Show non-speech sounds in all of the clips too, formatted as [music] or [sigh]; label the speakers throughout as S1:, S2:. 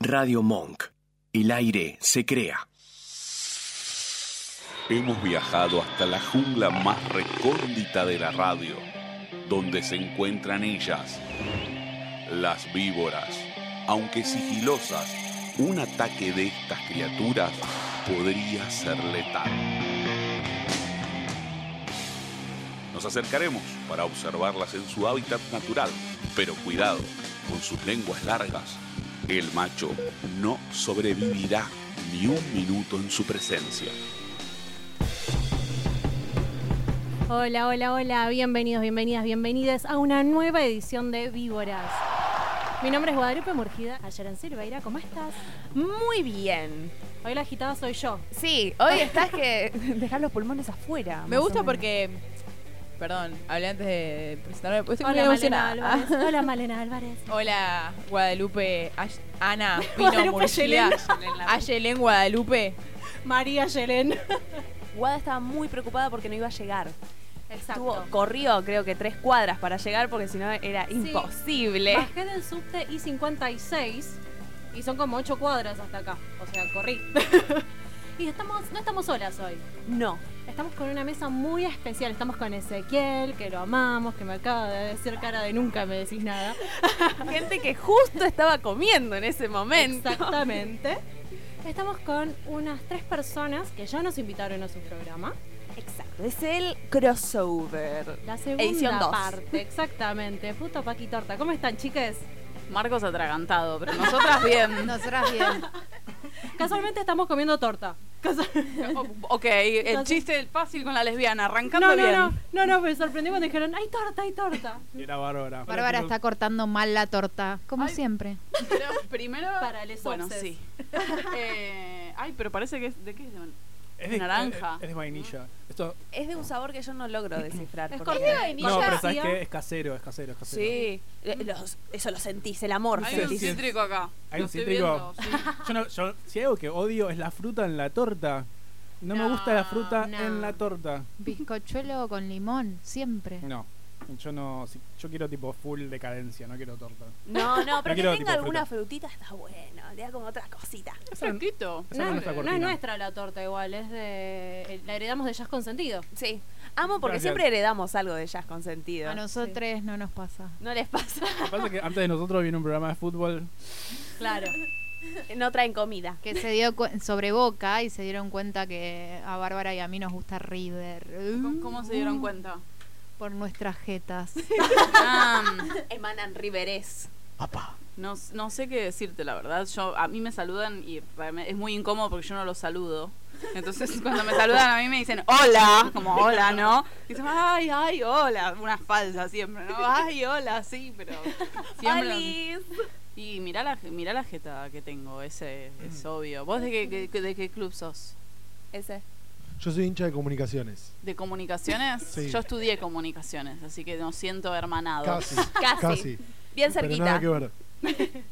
S1: Radio Monk. El aire se crea.
S2: Hemos viajado hasta la jungla más recóndita de la radio, donde se encuentran ellas, las víboras. Aunque sigilosas, un ataque de estas criaturas podría ser letal. Nos acercaremos para observarlas en su hábitat natural, pero cuidado, con sus lenguas largas, el macho no sobrevivirá ni un minuto en su presencia.
S3: Hola, hola, hola, bienvenidos, bienvenidas, bienvenidas a una nueva edición de Víboras. Mi nombre es Guadalupe Murgida, ayer en Silveira, ¿cómo estás?
S4: Muy bien.
S3: Hoy la agitada soy yo.
S4: Sí, hoy estás
S5: [laughs]
S4: que dejar los pulmones afuera.
S5: Me
S4: más
S5: gusta
S4: o menos.
S5: porque. Perdón, hablé antes de presentarme. porque Estoy muy
S3: Hola Malena
S5: emocionada. Ah.
S3: Álvarez.
S5: [laughs]
S3: Hola Malena Álvarez.
S5: Hola, Guadalupe, Ash-
S4: [laughs]
S5: Ana, Pino,
S3: Guadalupe
S5: Murcia,
S3: Yelena.
S5: Ayelén, Guadalupe.
S3: María Yelén.
S4: [laughs] Guada estaba muy preocupada porque no iba a llegar.
S3: Exacto.
S4: Estuvo, corrió creo que tres cuadras para llegar porque si no era imposible.
S5: Ah.
S3: Bajé del subte I-56 y son como 8 cuadras hasta acá. O sea, corrí. [laughs] y estamos, no estamos solas hoy.
S4: No.
S3: Estamos con una mesa muy especial. Estamos con Ezequiel, que lo amamos, que me acaba de decir cara de nunca me decís nada.
S4: Gente que justo estaba comiendo en ese momento.
S3: Exactamente. Estamos con unas tres personas que ya nos invitaron a su programa.
S4: Exacto. Es el crossover.
S3: La segunda
S4: Edición
S3: [laughs]
S4: dos.
S3: parte, exactamente. Puto Paqui Torta. ¿Cómo están, chicas?
S6: Marcos atragantado, pero nosotras bien.
S7: Nosotras bien.
S3: Casualmente estamos comiendo torta.
S6: O- [laughs] ok, el chiste del fácil con la lesbiana, arrancando
S3: No, no,
S6: bien.
S3: no, no, no, me sorprendió cuando dijeron, hay torta, hay [laughs] torta.
S8: Era Bárbara.
S7: Bárbara está cortando mal la torta, como siempre.
S6: Pero primero.
S3: Para les
S6: bueno,
S3: obses.
S6: sí. Eh, ay, pero parece que es. ¿De qué es?
S8: Es de-
S6: naranja.
S8: Es, es de vainilla. Esto,
S4: Es de un sabor que yo no logro descifrar.
S3: Es
S4: porque-
S3: corte de vainilla.
S8: no, pero sabes
S3: hacía-
S8: que es casero, es casero, es casero.
S4: Sí. Eh, los- eso lo sentís, el amor.
S8: Sí,
S6: Hay un
S8: sí.
S4: sentís.
S6: cítrico acá.
S8: Hay
S6: Lo
S8: un
S6: estoy
S8: cítrico.
S6: viendo, sí.
S8: Yo no- yo- si hay algo que odio es la fruta en la torta. No, me
S6: No,
S8: gusta la fruta
S3: no.
S8: en la torta.
S7: Bizcochuelo con limón, siempre.
S8: No. Yo no. si- yo quiero tipo full decadencia, no quiero torta.
S4: No, no, pero que
S8: quiero
S4: tenga
S8: tipo
S4: alguna frutita está bueno. Le da como otras cositas.
S6: Es fresquito.
S3: No,
S8: Esa es
S3: es-
S8: nuestra
S3: no
S8: cortina.
S3: es nuestra la torta igual, es de. eh, La heredamos de Jazz Consentido.
S4: Sí. Amo porque
S8: Gracias.
S4: siempre heredamos algo de jazz consentido.
S7: A nosotros no nos pasa.
S4: No les pasa.
S5: [laughs]
S8: Lo que pasa es que antes de nosotros viene un programa de fútbol.
S3: Claro.
S4: No traen comida.
S7: Que se dio cuen- sobre Boca y se dieron cuenta que a Bárbara y a mí nos gusta River. Uh,
S6: ¿Cómo, cómo se dieron cuenta?
S7: Por nuestras jetas.
S6: [laughs] Ah,
S4: Emanan Riverés.
S6: no, no sé qué decirte, la verdad. Yo A mí me saludan y realme- es muy incómodo porque yo no los saludo. Entonces, [laughs] cuando me saludan a mí me dicen hola, como hola, ¿no? Y dicen, ay, ay, hola. Una falsa siempre, ¿no? Ay, hola, sí, pero. Siempre.
S4: ¡Olis!
S6: Y mirá la, mirá la jeta que tengo, ese es
S9: Mm.
S6: obvio. ¿Vos de qué, qué- qué- de qué club sos?
S4: Ese.
S9: Yo soy hincha de comunicaciones.
S6: ¿De comunicaciones?
S9: Sí.
S6: Yo estudié comunicaciones, así que nos siento hermanado. [laughs]
S9: Casi.
S4: Casi.
S9: Casi.
S4: Bien
S9: Pero nada
S4: cerquita.
S9: que ver.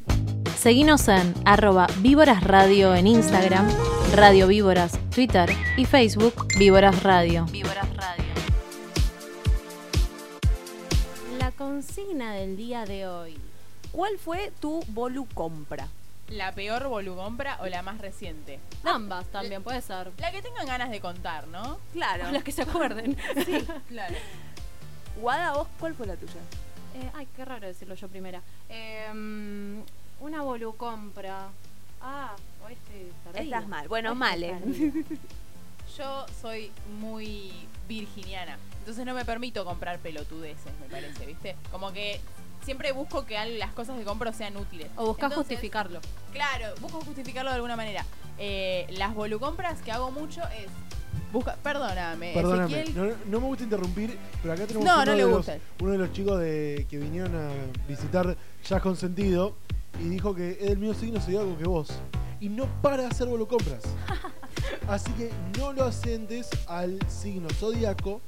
S3: Seguinos en arroba Víboras Radio en Instagram, Radio Víboras, Twitter y Facebook Víboras Radio.
S6: Víboras Radio.
S3: La consigna del día de hoy.
S4: ¿Cuál fue tu volu compra?
S5: ¿La peor volugompra o la más reciente?
S3: Ambas también puede ser.
S5: La que tengan ganas de contar, ¿no?
S4: Claro.
S3: Las que se acuerden.
S5: Claro.
S4: Guada, vos, ¿cuál fue la tuya?
S3: Eh, ay, qué raro decirlo yo primera. Eh, mm, una volucompra. Ah, hoy estoy perdida.
S4: Estás mal. Bueno,
S3: Hoy
S4: mal, [laughs]
S3: estoy
S4: eh.
S3: perdida.
S5: Yo soy muy virginiana, entonces no me permito comprar pelotudeces, me parece, ¿viste? Como que siempre busco que al- las cosas que compro sean útiles.
S3: O buscás
S5: Entonces,
S3: justificarlo.
S5: Claro, busco justificarlo de alguna manera. Eh, las volucompras que hago mucho es... Busca, perdóname,
S9: Perdóname.
S5: Ezequiel,
S9: No, no- no me gusta interrumpir, pero acá tenemos
S5: No,
S9: uno,
S5: no le
S9: de los,
S5: gusta.
S9: uno de los chicos de, que vinieron a visitar Jazz Consentido y dijo que es del mismo signo algo que vos. Y no para de hacer
S5: [laughs]
S9: bolo compras. Así que no lo asentes al signo zodiaco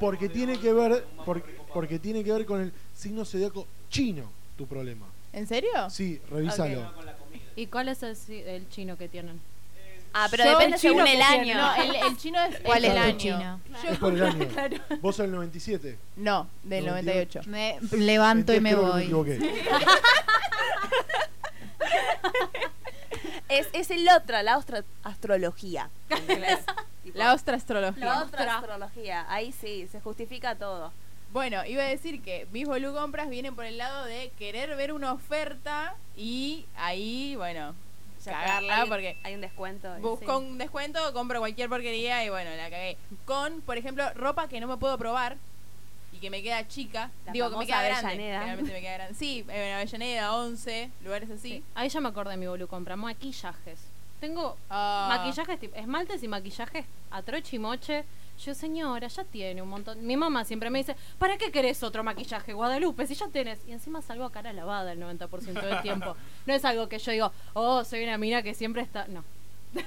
S9: porque tiene que ver porque, porque tiene que ver con el signo zodiaco chino tu problema.
S5: ¿en serio?
S9: Sí, revísalo.
S3: ¿Y cuál es el, ci- el chino que tienen?
S4: Ah, pero
S5: Yo-
S4: depende
S5: chino
S4: según el
S5: que
S4: año.
S5: tiene. No, el, el chino es
S7: ¿Cuál
S5: el
S7: es tu
S5: año.
S7: chino?
S5: [laughs]
S9: Es por el año. Vos sos el 97.
S5: No, del 98.
S9: 98.
S7: Me levanto y me
S9: Entonces creo que
S7: voy.
S9: me equivoqué.
S4: es, es el otra, la otra astrología. [laughs] ¿entendés? Tipo,
S5: La ostra astrología.
S4: la otra astrología. Ahí sí, se justifica todo.
S5: Bueno, iba a decir que Bisbolú Compras viene por el lado de querer ver una oferta y ahí, bueno,
S4: Ya
S5: cagarla
S4: hay un-
S5: porque
S4: Hay un descuento. ahí,
S5: busco
S4: sí.
S5: un descuento, compro cualquier porquería y bueno, la cagué. Con, por ejemplo, ropa que no me puedo probar y que me queda chica.
S4: La
S5: Digo que me
S4: famosa
S5: queda grande.
S4: Avellaneda.
S5: Generalmente me queda grande. Sí, en Avellaneda, 11, lugares así.
S3: Ahí ya me acordé de mi bolu compra. Maquillajes. Tengo
S5: Ah,
S3: maquillajes, tipo, esmaltes y maquillajes a troche y moche. Yo, señora, ya tiene un montón. Mi mamá siempre me dice, ¿para qué querés otro maquillaje, Guadalupe? Si ya tenés. Y encima salgo a cara lavada el 90% del [laughs] tiempo. No es algo que yo digo, oh, soy una mina que siempre está. No.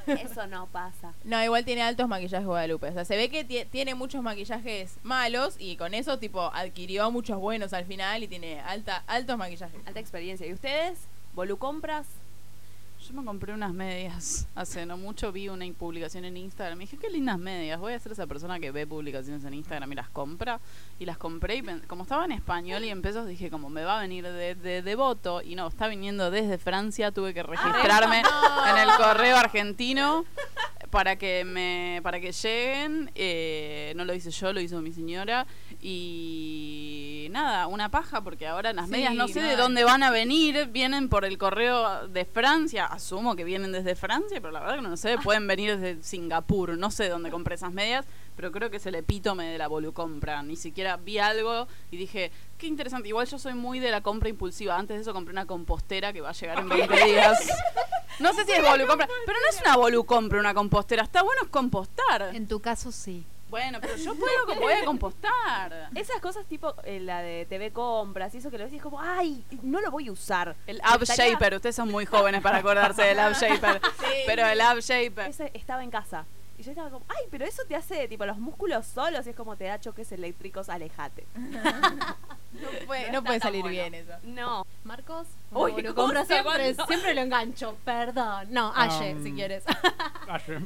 S4: Eso no pasa.
S5: No, igual tiene altos maquillajes Guadalupe. O sea, se ve que tie- tiene muchos maquillajes malos y con eso, tipo, adquirió muchos buenos al final y tiene alta, altos maquillajes.
S4: Alta experiencia. ¿Y ustedes? ¿Volu compras?
S6: Yo me compré unas medias. Hace no mucho vi una publicación en Instagram. Me dije, qué lindas medias. Voy a ser esa persona que ve publicaciones en Instagram y las compra. Y las compré y pen- como estaba en español y en pesos dije, como me va a venir de, de, de voto. Y no, está viniendo desde Francia. Tuve que registrarme en el correo argentino para que me para que lleguen. Eh, no lo hice yo, lo hizo mi señora. Y nada, una paja porque ahora las
S5: Sí,
S6: medias no sé de
S5: mal.
S6: dónde dónde van a venir, vienen por el correo de Francia, asumo que vienen desde Francia, pero la verdad que no sé, pueden venir desde Singapur, no sé dónde compré esas medias, pero creo que es el epítome de la volucompra, ni siquiera vi algo y dije, qué interesante, igual yo soy muy de la compra impulsiva, antes de eso compré una compostera que va a llegar en 20 días. No sé si es volucompra, pero no es una volucompra una compostera, está bueno es compostar.
S7: En tu caso, sí.
S6: Bueno, pero yo puedo que voy a compostar.
S4: Esas cosas tipo eh, la de TV compras y eso que lo ves y es como, ay, no lo voy a usar.
S6: El App
S4: Estaría-
S6: Shaper, ustedes son muy jóvenes para acordarse del App Shaper. Pero el App Shaper.
S4: Ese estaba en casa. Y yo estaba como, ay, pero eso te hace tipo los músculos solos y es como te da choques eléctricos, alejate.
S5: No puede,
S4: No
S5: no
S4: está
S5: puede
S4: tan
S5: salir
S4: bueno.
S5: bien eso.
S4: No.
S3: Marcos, [laughs]
S4: Uy,
S3: bolu
S4: ¿cómo
S3: compra
S4: se
S3: siempre, [laughs]
S4: aguantó?
S3: siempre lo engancho. Perdón. No,
S4: Ah,
S3: Aye,
S4: mm.
S8: Um,
S3: si quieres.
S8: Ayer.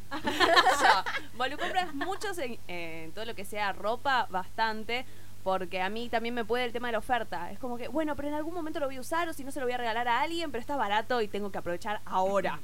S4: Volu compras muchos en, en todo lo que sea ropa, bastante. Porque a mí también me puede el tema de la oferta. Es como que, bueno, pero en algún momento lo voy a usar o si no se lo voy a regalar a alguien, pero está barato y tengo que aprovechar ahora.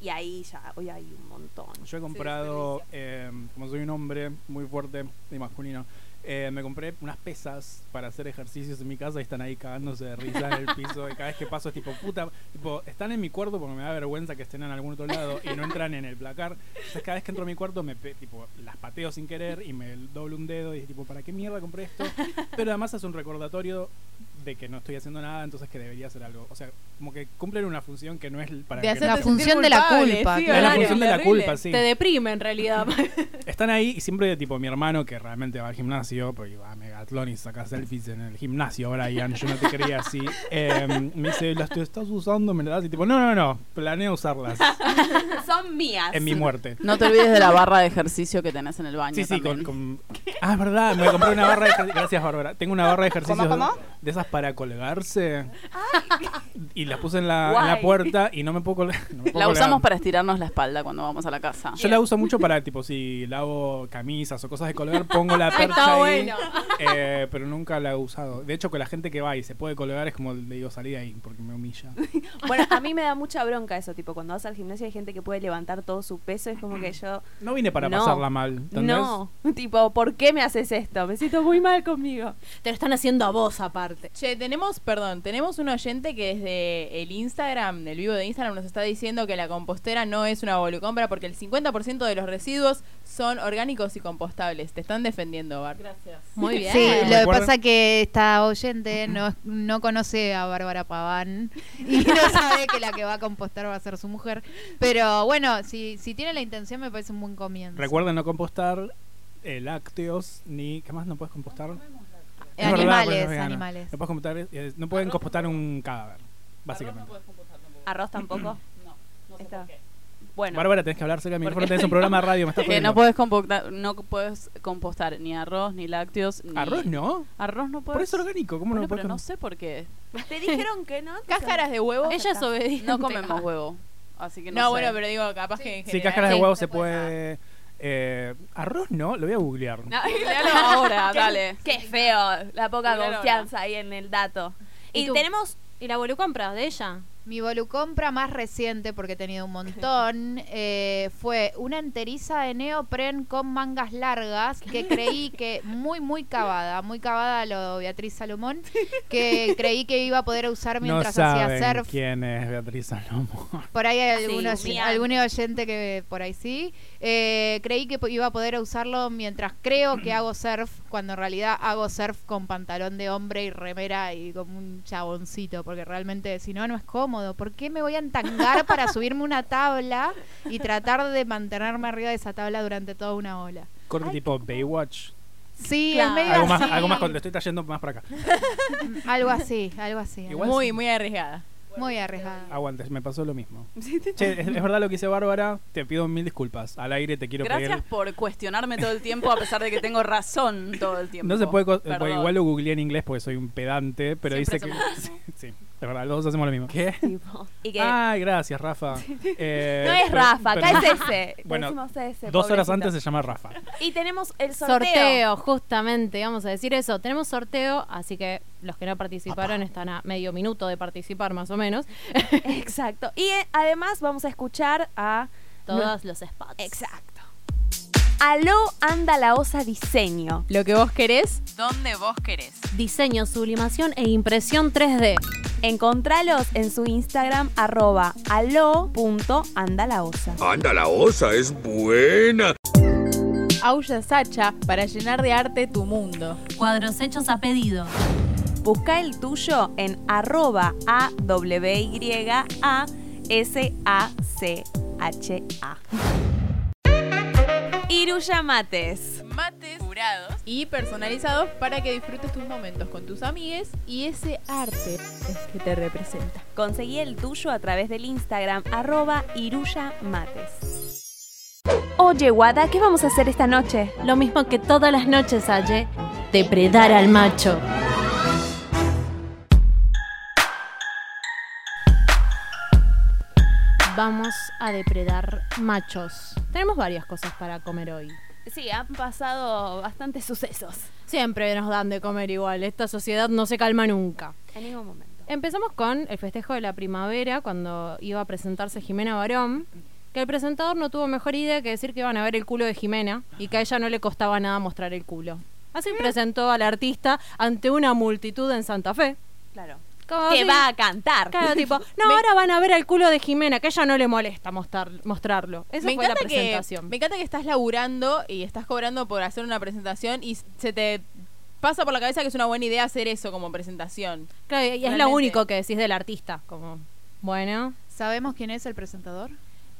S4: Y ahí ya, hoy hay un montón.
S8: Yo he comprado, eh, como soy un hombre muy fuerte y masculino, eh, me compré unas pesas para hacer ejercicios en mi casa y están ahí cagándose de risa en el piso. Y cada vez que paso es tipo, puta, tipo, están en mi cuarto porque me da vergüenza que estén en algún otro lado y no entran en el placar. Entonces cada vez que entro a mi cuarto me pe- tipo, las pateo sin querer y me doblo un dedo y es tipo, ¿para qué mierda compré esto? Pero además es un recordatorio de que no estoy haciendo nada, entonces que debería hacer algo. O sea, como que cumplen una función que no es para
S7: De
S8: que
S7: hacer
S8: no-
S7: La función de la culpa,
S8: Es la
S3: Claro,
S8: función de la culpa, sí.
S3: Te deprime en
S4: [laughs]
S3: realidad.
S8: Están ahí y siempre, tipo, mi hermano que realmente va al gimnasio, porque va a Megatlón y saca selfies en el gimnasio, Brian, yo no te quería así. eh, me dice, ¿las te estás usando? ¿Me las das? Y tipo, no, no, no, planeo usarlas
S4: Son mías.
S8: en mi muerte.
S6: No te olvides de
S5: [laughs]
S6: la barra de ejercicio que tenés en el baño.
S8: Sí, sí, con,
S6: también.
S8: con- Ah, es verdad, me compré una barra de ejercicios. Gracias, Bárbara. Tengo una barra de ejercicios de esas para colgarse. Y las puse en la, en la
S4: Guay.
S8: puerta y no me puedo colgar. no me puedo
S6: La
S8: colgar.
S6: usamos para estirarnos la espalda cuando vamos a la casa.
S8: Yo la uso mucho para, tipo, si lavo camisas o cosas de colgar, pongo la percha
S3: Está
S8: ahí.
S3: bueno.
S8: Eh, pero nunca la he usado. De hecho, con la gente que va y se puede colgar es como le digo, salí de ahí porque me humilla.
S4: Bueno, a mí me da mucha bronca eso, tipo, cuando vas al gimnasio hay gente que puede levantar todo su peso, es como que yo,
S8: No vine para
S4: No.
S8: pasarla mal. ¿entendés?
S4: no, tipo, ¿por qué me haces esto? Me siento muy mal conmigo.
S3: Te lo están haciendo a vos aparte.
S5: Che, tenemos, perdón, tenemos un oyente que desde el Instagram, del vivo de Instagram, nos está diciendo que la compostera no es una volucompra porque el 50% de los residuos son orgánicos y compostables. Te están defendiendo, Bart. Gracias.
S3: Muy bien.
S7: Sí, lo que
S8: Recuerda-
S7: pasa que esta oyente no, es- no conoce a Bárbara Paván
S3: [laughs]
S7: y no sabe que la que va a compostar va a ser su mujer. Pero bueno, si, si tiene la intención me parece un buen comienzo.
S8: Recuerden no compostar eh, lácteos ni. ¿Qué más no puedes compostar? Es verdad, porque
S7: animales,
S8: sos vegana.
S7: animales.
S8: No, puedes compostar, eh, no pueden compostar un cadáver, básicamente.
S4: ¿Arroz tampoco? no, no Bueno,
S8: Bárbara, tenés que hablar cerca del
S4: Porque-
S8: micrófono. Tenés un programa de radio, me
S6: [laughs]
S8: estás
S6: Que
S8: jodiendo.
S6: no puedes compostar, no puedes compostar ni arroz, ni lácteos, ni...
S8: ¿Arroz no?
S6: Arroz no puedes.
S8: Por eso es orgánico. ¿Cómo
S6: Bueno,
S8: no puedes
S6: pero no
S8: compostar?
S6: sé por qué.
S4: te dijeron que no.
S5: Cáscaras de huevo. [laughs]
S3: Ella es obediente.
S6: No comemos huevo. Así que
S5: No,
S6: no, sé.
S5: bueno, pero digo, capaz que en
S8: Sí,
S5: general-
S8: cáscara de
S7: Sí,
S8: huevo
S7: se
S8: se
S7: puede.
S8: puede. eh, ¿Arroz no? Lo voy a googlear.
S6: No, léalo
S5: [laughs]
S6: ahora, dale.
S4: Qué feo, la poca
S5: Claro,
S4: confianza ahí en el dato.
S3: ¿Y
S4: Y
S3: tú?
S4: tenemos,
S3: ¿Y la bolucompra de ella?
S7: Mi volucompra más reciente, porque he tenido un montón, eh, fue una enteriza de neopren con mangas largas que creí que muy, muy cavada, muy cavada a lo Beatriz Salomón, que creí que iba a poder usar
S8: No
S7: mientras
S8: saben
S7: hacía surf.
S8: quién es Beatriz Salomón.
S7: Por ahí hay
S4: Sí,
S7: algunos,
S4: humillante.
S7: algún oyente que por ahí sí. Eh, creí que po- iba a poder usarlo mientras creo que hago surf, cuando en realidad hago surf con pantalón de hombre y remera y como un chaboncito, porque realmente si no, no es cómodo. ¿Por qué me voy a entangar
S3: [laughs]
S7: para subirme una tabla y tratar de mantenerme arriba de esa tabla durante toda una ola?
S8: [laughs] Corte tipo Baywatch.
S7: Sí,
S3: Claro.
S7: en medio
S8: Algo más,
S7: así.
S8: algo más, con- lo estoy trayendo más para acá.
S7: Algo así, algo así.
S8: Igual
S6: muy,
S8: sí.
S6: muy arriesgada.
S7: Muy arriesgado.
S8: Aguantes, me pasó lo mismo. Che, es, es verdad lo que dice Bárbara, te pido mil disculpas. Al aire te quiero
S10: Gracias
S8: pedir.
S10: por cuestionarme todo el tiempo, a pesar de que tengo razón todo el tiempo.
S8: No se puede. co-
S10: Perdón.
S8: bueno, igual lo googleé en inglés porque soy un pedante, pero
S10: Siempre
S8: dice que. [laughs] Sí, sí, es verdad, los dos hacemos lo mismo. ¿Qué?
S4: Y que
S8: [laughs] Ay, gracias, Rafa. Eh,
S4: no es
S8: pero-
S4: Rafa,
S8: pero
S4: acá es ese.
S8: [laughs] Bueno,
S4: Decimos ese,
S8: Dos horas
S4: pobrecito.
S8: antes se llama Rafa.
S4: Y tenemos el sorteo.
S3: Sorteo. justamente, vamos a decir eso. Tenemos sorteo, así que los que no participaron están a medio minuto de participar, más o menos. [laughs]
S4: Exacto. Y eh, además vamos a escuchar a.
S3: Todos los spots.
S4: Exacto. Aló anda la osa diseño.
S6: Lo que vos querés,
S10: Donde vos querés.
S3: Diseño, sublimación e impresión 3D.
S4: Encontralos en su Instagram arroba aló.andalaosa.
S2: Anda, la osa es buena.
S6: Aulla Sacha para llenar de arte tu mundo.
S3: Cuadros hechos a pedido.
S4: Busca el tuyo en arroba a w y a s a c h a. Iruya Mates.
S6: Mates curados y personalizados para que disfrutes tus momentos con tus amigues y ese arte que te representa.
S4: Conseguí el tuyo a través del Instagram arroba Iruya Mates. Oye, Wada, ¿qué vamos a hacer esta noche?
S3: Lo mismo que todas las noches, Aye. Depredar al macho. Vamos a depredar machos. Tenemos varias cosas para comer hoy.
S4: Sí, han pasado bastantes sucesos.
S3: Siempre nos dan de comer igual. Esta sociedad no se calma nunca.
S4: En ningún momento.
S3: Empezamos con el festejo de la primavera, cuando iba a presentarse Jimena Barón, que el presentador no tuvo mejor idea que decir que iban a ver el culo de Jimena y que a ella no le costaba nada mostrar el culo. Así presentó al artista ante una multitud en Santa Fe.
S4: Claro.
S3: Como
S4: Que
S3: así,
S4: va a cantar.
S3: claro,
S4: [laughs]
S3: tipo, no, ahora van a ver el culo de Jimena, que a ella no le molesta mostrar- mostrarlo. Esa
S6: me
S3: fue la
S6: encanta, que,
S3: presentación.
S6: me encanta que estás laburando y estás cobrando por hacer una presentación y se te pasa por la cabeza que es una buena idea hacer eso como presentación.
S3: Claro, y es lo
S6: Realmente.
S3: único que decís del artista. Como, bueno,
S7: ¿Sabemos quién es el presentador?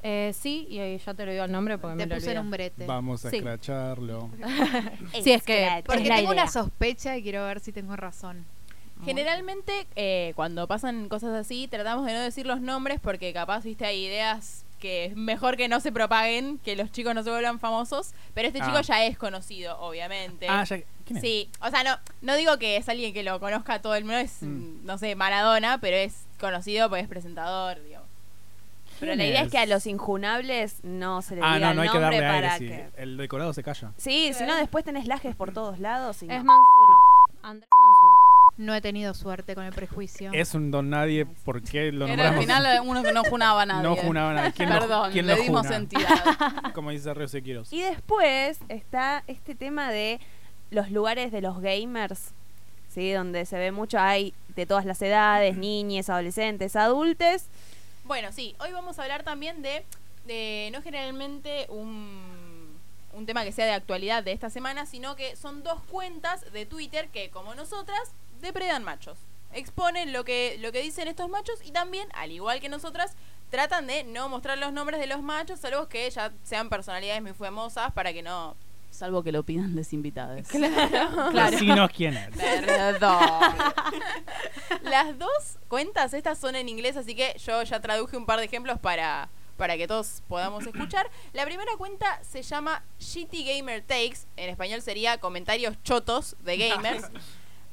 S3: eh, sí, y ahí ya te lo digo el nombre porque
S7: Te
S3: me lo
S7: puse en
S3: olvidé.
S7: un brete.
S8: Vamos a
S3: Sí.
S8: escracharlo.
S3: Sí, es que-
S4: Scratch.
S3: Por-
S7: Porque
S3: Es la
S7: tengo
S3: idea.
S7: una sospecha y quiero ver si tengo razón.
S6: Generalmente eh, cuando pasan cosas así tratamos de no decir los nombres porque capaz, viste, hay ideas que es mejor que no se propaguen, que los chicos no se vuelvan famosos, pero este
S8: Ah.
S6: chico ya es conocido, obviamente.
S8: Ah, ya. ¿Quién es?
S6: Sí, o sea, no, no digo que es alguien que lo conozca todo el mundo, es,
S8: Mm.
S6: no sé, Maradona, pero es conocido porque es presentador, digamos.
S4: Pero la idea es que a los injunables no se les
S8: Ah,
S4: diga
S8: no, no
S4: el
S8: hay que
S4: nombre
S8: darle aire.
S4: para
S8: sí.
S4: que.
S8: El decorado se calla.
S4: Sí, si no después tenés lajes por todos lados. Y
S3: Es
S4: no.
S3: Mansur. Andrés Mansur.
S7: No he tenido suerte con el prejuicio.
S8: Es un don nadie, ¿por qué lo
S10: Era al
S8: nombramos?
S10: final eh, uno que no
S8: [laughs]
S10: junaba a nadie.
S8: no junaban a
S6: [laughs]
S8: ¿Quién lo-
S10: Perdón,
S8: ¿quién
S10: le
S8: lo
S10: dimos
S8: juna?
S10: entidad.
S8: Como dice Río
S4: [laughs]
S8: Sequiros.
S4: Y después está este tema de los lugares de los gamers, ¿sí? Donde se ve mucho, hay de todas las edades, niñes, adolescentes, adultos.
S6: Bueno, sí, hoy vamos a hablar también de, de no generalmente un, un tema que sea de actualidad de esta semana, sino que son dos cuentas de Twitter que, como nosotras, depredan machos. Exponen lo que, lo que dicen estos machos y también, al igual que nosotras, tratan de no mostrar los nombres de los machos, salvo que ya sean personalidades muy famosas para que no...
S10: Salvo que lo pidan desinvitadas.
S8: Vecinos, ¿quién es?
S6: [laughs]
S10: Perdón.
S6: Las dos cuentas estas son en inglés, así que yo ya traduje un par de ejemplos para, para que todos podamos escuchar. La primera cuenta se llama Shitty Gamer Takes, en español sería comentarios chotos de gamers.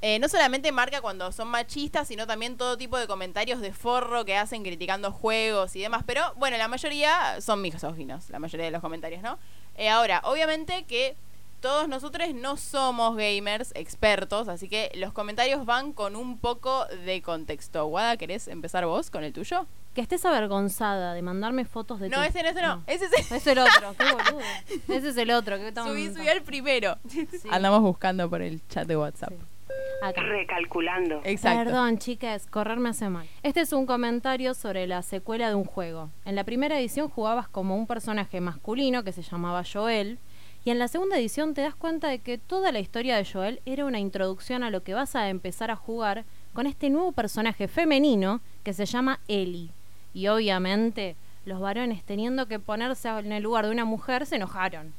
S6: Eh, no solamente marca cuando son machistas, sino también todo tipo de comentarios de forro que hacen criticando juegos y demás. Pero bueno, la mayoría son misóginos, la mayoría de los comentarios, ¿no? Eh, ahora, obviamente que
S5: todos nosotros no somos gamers expertos, así que los comentarios van con un poco de contexto. Guada, ¿querés empezar vos con el tuyo?
S3: Que estés avergonzada de mandarme fotos de
S5: No,
S3: tu-
S5: ese no, ese no.
S3: No.
S5: Ese es
S3: Es el otro, qué boludo. Ese es el otro, qué tonto.
S5: subí, subí al primero.
S3: Sí.
S5: [laughs] Andamos buscando por el chat de WhatsApp.
S3: Acá.
S11: Recalculando.
S5: Exacto.
S3: Perdón, chicas, correr me hace mal. Este es un comentario sobre la secuela de un juego. En la primera edición jugabas como un personaje masculino que se llamaba Joel. Y en la segunda edición te das cuenta de que toda la historia de Joel era una introducción a lo que vas a empezar a jugar con este nuevo personaje femenino que se llama Ellie. Y obviamente los varones teniendo que ponerse en el lugar de una mujer se enojaron.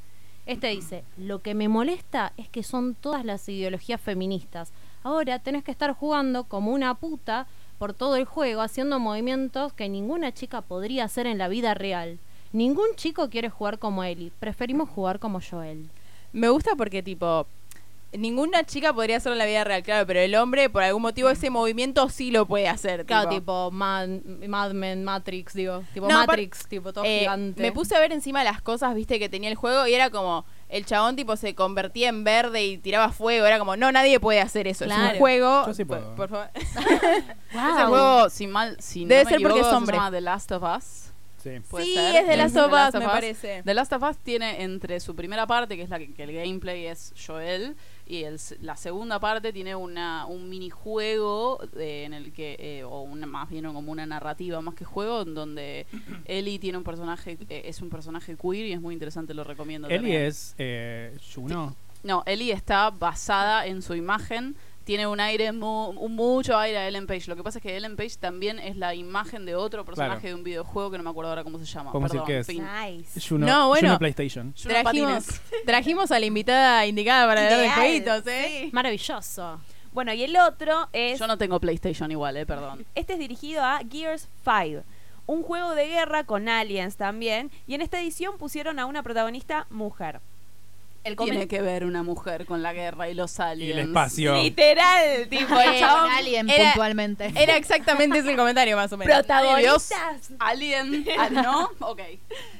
S3: Este dice, lo que me molesta es que son todas las ideologías feministas. Ahora tenés que estar jugando como una puta por todo el juego, haciendo movimientos que ninguna chica podría hacer en la vida real. Ningún chico quiere jugar como Ellie, preferimos jugar como Joel.
S5: Me gusta porque, tipo, ninguna chica podría hacerlo en la vida real, claro, pero el hombre, por algún motivo, ese movimiento sí lo puede hacer.
S3: Claro, tipo Mad, Mad Men, Matrix, digo. Tipo
S5: No,
S3: Matrix, tipo todo
S5: Eh,
S3: gigante.
S5: Me puse a ver encima las cosas, viste, que tenía el juego y era como. El chabón, tipo, se convertía en verde y tiraba fuego. Era como, no, nadie puede hacer eso. Es
S3: Claro.
S5: un juego.
S8: Yo sí
S5: Por-
S8: puedo.
S5: por [laughs] favor.
S6: Ese juego, si mal, si
S5: Debe ser
S6: no me
S5: porque
S6: equivoco,
S5: es
S6: se
S5: hombre.
S6: llama The Last of Us.
S8: Sí.
S6: puede
S5: sí,
S6: ser.
S5: es de las
S6: Es de
S5: sopas,
S6: Last of
S5: me
S6: Us.
S5: parece.
S6: The Last of Us tiene entre su primera parte, que es la que, que el gameplay es Joel, y el se- la segunda parte tiene una, un minijuego eh, en el que, eh, o una, más bien como una narrativa más que juego,
S8: [clears throat]
S6: en donde Ellie tiene un personaje, eh, es un personaje queer y es muy interesante, lo recomiendo.
S8: Eli
S6: también.
S8: es eh, Juno.
S6: No, Ellie está basada en su imagen. Tiene un aire, mu- un- mucho aire a Ellen Page. Lo que pasa es que Ellen Page también es la imagen de otro personaje
S8: Claro.
S6: de un videojuego que no me acuerdo ahora cómo se llama.
S8: Podemos
S6: Perdón,
S8: decir que es.
S7: Ah,
S6: fin.
S3: Nice.
S8: Juno,
S5: No, bueno.
S8: Juno PlayStation.
S6: Yo no
S5: Trajimos,
S6: patines.
S5: [laughs] trajimos a la invitada indicada para hablar de
S4: Ideal,
S5: jueguitos, ¿eh?
S3: Maravilloso.
S4: Bueno, y el otro es.
S6: Yo no tengo PlayStation igual, eh, perdón.
S4: Este es dirigido a Gears 5, un juego de guerra con aliens también, y en esta edición pusieron a una protagonista mujer. El
S6: Tiene
S4: comen-
S6: que ver una mujer con la guerra y los aliens.
S8: Y el espacio.
S4: Literal, tipo el
S7: Eh,
S4: chabón.
S7: Alien
S5: era-
S7: puntualmente.
S5: Era exactamente ese el comentario, más o menos.
S4: Protagonistas.
S6: Alien. ah,
S4: [laughs]
S6: ¿No? Ok.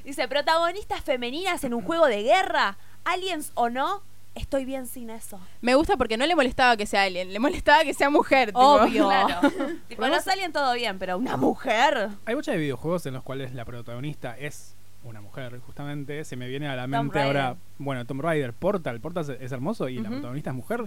S4: Dice, protagonistas femeninas en un juego de guerra, aliens o no, estoy bien sin eso.
S5: Me gusta porque no le molestaba que sea alien, le molestaba que sea mujer. tipo.
S4: [laughs] Obvio. tipo, los aliens todo bien, pero una mujer.
S8: Hay muchos videojuegos en los cuales la protagonista es una mujer, justamente. Se me viene a la
S4: Tomb
S8: mente
S4: Raider.
S8: ahora, bueno, Tomb Raider, Portal. Portal es- es hermoso y la protagonista es mujer.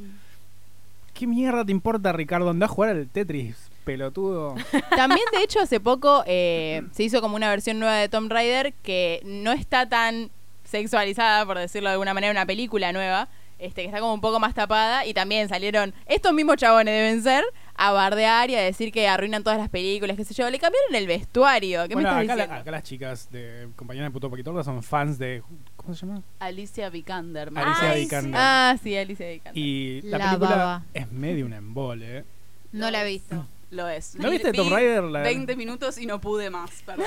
S8: ¿Qué mierda te importa, Ricardo? Andá a jugar al Tetris, pelotudo.
S5: También, de hecho, hace poco eh, se hizo como una versión nueva de Tomb Raider que no está tan sexualizada, por decirlo de alguna manera, una película nueva, este, que está como un poco más tapada. Y también salieron estos mismos chabones deben ser a bardear y a decir que arruinan todas las películas, qué sé yo. Le cambiaron el vestuario. [laughs] ¿Qué me
S8: bueno, acá,
S5: estás
S8: la-
S5: diciendo?
S8: acá las chicas de compañeras de Puto Paquitorda son fans de. ¿Cómo se llama?
S6: Alicia Vikander.
S8: Alicia
S4: Ay,
S8: Vikander.
S5: Ah, sí, Alicia Vikander.
S8: Y la,
S7: La
S8: película
S7: baba.
S8: es medio un embole. ¿eh?
S7: No la he visto.
S6: Lo es.
S8: ¿No viste
S6: Vi
S8: Tomb Raider? La-
S6: 20 minutos y no pude más,
S7: [laughs]
S6: perdón.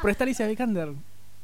S8: Pero está Alicia Vikander.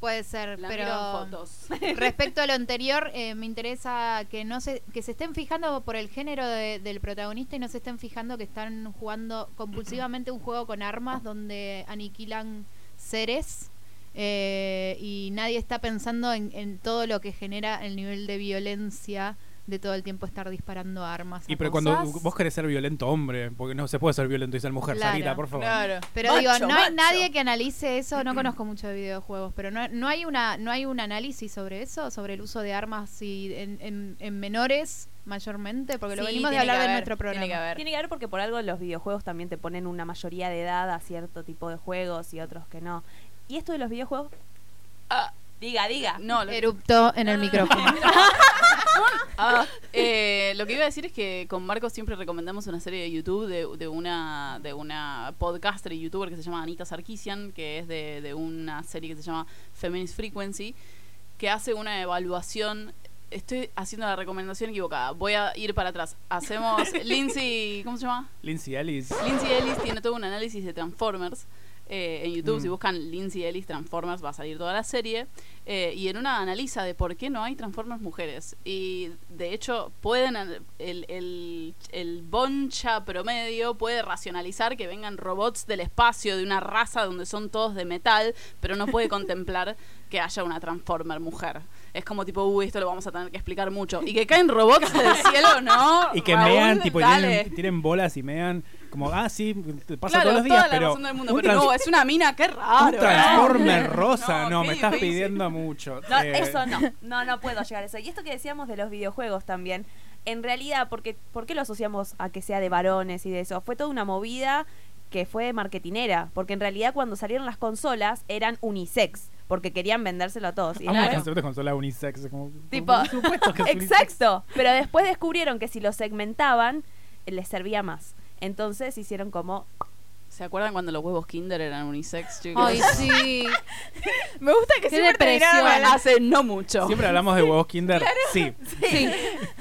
S7: Puede ser,
S6: La miro en
S7: pero
S6: fotos.
S7: respecto a lo anterior, eh, me interesa que no se que se estén fijando por el género de- del protagonista y no se estén fijando que están jugando compulsivamente un juego con armas donde aniquilan seres eh, y nadie está pensando en, en todo lo que genera el nivel de violencia de todo el tiempo estar disparando armas. a
S8: Y pero
S7: cosas.
S8: cuando vos querés ser violento hombre, porque no se puede ser violento y ser mujer,
S7: Claro.
S8: Sarita, por favor.
S5: Claro.
S7: Pero
S6: Macho,
S7: digo, no hay
S6: macho.
S7: nadie que analice eso, no conozco mucho de videojuegos, pero no, no hay una no hay un análisis sobre eso, sobre el uso de armas y en, en- en menores mayormente, porque lo
S5: Sí,
S7: venimos de
S5: tiene
S7: hablar
S5: que
S7: de
S5: haber,
S7: nuestro programa.
S5: Tiene que haber.
S4: Tiene que ver porque por algo los videojuegos también te ponen una mayoría de edad a cierto tipo de juegos y otros que no. Y esto de los videojuegos... Ah, diga, diga.
S6: No, lo que
S7: Eruptó en
S6: [laughs]
S7: el micrófono.
S6: Ah, eh, lo que iba a decir es que con Marcos siempre recomendamos una serie de YouTube de, de una de una podcaster y youtuber que se llama Anita Sarkisian, que es de, de una serie que se llama Feminist Frequency, que hace una evaluación. Estoy haciendo la recomendación equivocada. Voy a ir para atrás.
S7: [laughs]
S6: Hacemos Lindsay, ¿cómo se llama?
S8: Lindsay Ellis.
S6: Lindsay Ellis tiene todo un análisis de Transformers eh, en YouTube,
S8: Mm.
S6: si buscan Lindsay Ellis Transformers, va a salir toda la serie. eh, y en una analiza de por qué no hay Transformers mujeres. Y de hecho, pueden an- el, el, el boncha promedio puede racionalizar que vengan robots del espacio, de una raza donde son todos de metal, pero
S8: [laughs]
S6: no puede contemplar que haya una Transformer mujer. Es como tipo, uy, esto lo vamos a tener que explicar mucho. Y que caen robots del cielo, ¿no?
S8: [laughs]
S6: [laughs]
S8: Y que
S6: Raúl,
S8: mean, tipo, y
S6: dale.
S8: tienen, tienen bolas y mean. Como, ah, sí, te pasa
S6: Claro,
S8: todos los días,
S6: toda la
S8: pero.
S6: razón del mundo,
S8: un
S6: pero
S8: trans-
S6: no, es una mina, qué raro. ¿eh?
S8: un transformer
S6: ¿no?
S8: rosa, no,
S6: qué
S8: me estás
S6: difícil.
S8: pidiendo mucho.
S4: No,
S8: Eh,
S4: eso no. No, no puedo llegar a eso. Y esto que decíamos de los videojuegos también. En realidad, porque, ¿por qué lo asociamos a que sea de varones y de eso? Fue toda una movida que fue marketinera. Porque en realidad, cuando salieron las consolas, eran unisex. Porque querían vendérselo a todos. Y
S8: Amo el
S4: después-
S8: concepto de consola unisex. es Como,
S4: eh. Tipo,
S8: por supuesto que es unisex.
S4: Exacto. Pero después descubrieron que si lo segmentaban, les servía más. Entonces hicieron como.
S6: ¿Se acuerdan cuando los huevos Kinder eran unisex, chicos?
S7: Ay,
S6: [laughs]
S7: sí.
S5: Me gusta que
S7: Qué
S5: siempre terminaron
S7: depresión.
S5: hablando-
S6: Hace no mucho. [laughs]
S8: Siempre hablamos de huevos Kinder. Sí.
S7: Sí.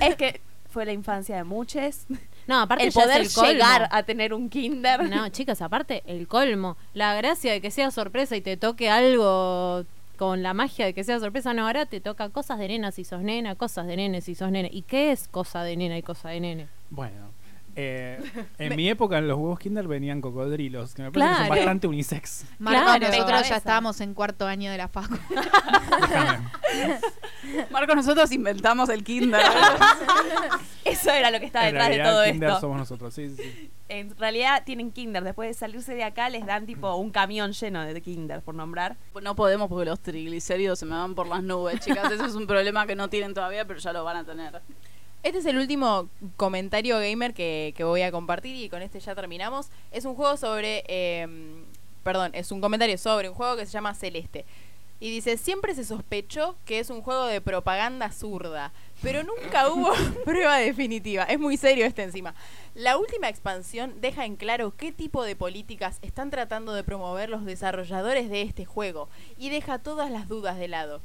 S4: Es que fue la infancia de muchos.
S3: No, aparte
S4: El
S3: ya es
S4: poder
S3: el colmo.
S4: llegar a tener un kinder.
S3: No, chicas, aparte, el colmo. La gracia de que sea sorpresa y te toque algo con la magia de que sea sorpresa, no, ahora te toca cosas de nena si sos nena, cosas de nene si sos nene. ¿Y qué es cosa de nena y cosa de
S4: [gasps]
S3: nene?
S8: Bueno. eh, en mi época, en los huevos Kinder venían cocodrilos, que me parece que son
S3: Claro.
S8: bastante unisex.
S7: Marco,
S3: Claro.
S7: nosotros
S4: Rompecabezas.
S7: ya estábamos en cuarto año de la facu.
S8: Déjame.
S6: Marco, nosotros inventamos el Kinder.
S5: [laughs]
S4: Eso era lo que estaba
S8: en
S4: detrás de
S8: realidad,
S4: todo
S8: Kinder
S4: esto.
S8: somos nosotros, sí, sí, sí.
S4: En realidad tienen kinder. Después de salirse de acá les dan tipo un camión lleno de kinder, por nombrar.
S6: no podemos porque los triglicéridos se me van por las nubes, chicas. Eso es un problema que no tienen todavía, pero ya lo van a tener.
S5: Este es el último comentario gamer que, que voy a compartir y con este ya terminamos. Es un juego sobre... eh, perdón, es un comentario sobre un juego que se llama Celeste. Y dice, siempre se sospechó que es un juego de propaganda zurda, pero
S8: [laughs]
S5: nunca hubo [laughs] prueba definitiva. Es muy serio este encima. La última expansión deja en claro qué tipo de políticas están tratando de promover los desarrolladores de este juego y deja todas las dudas de lado.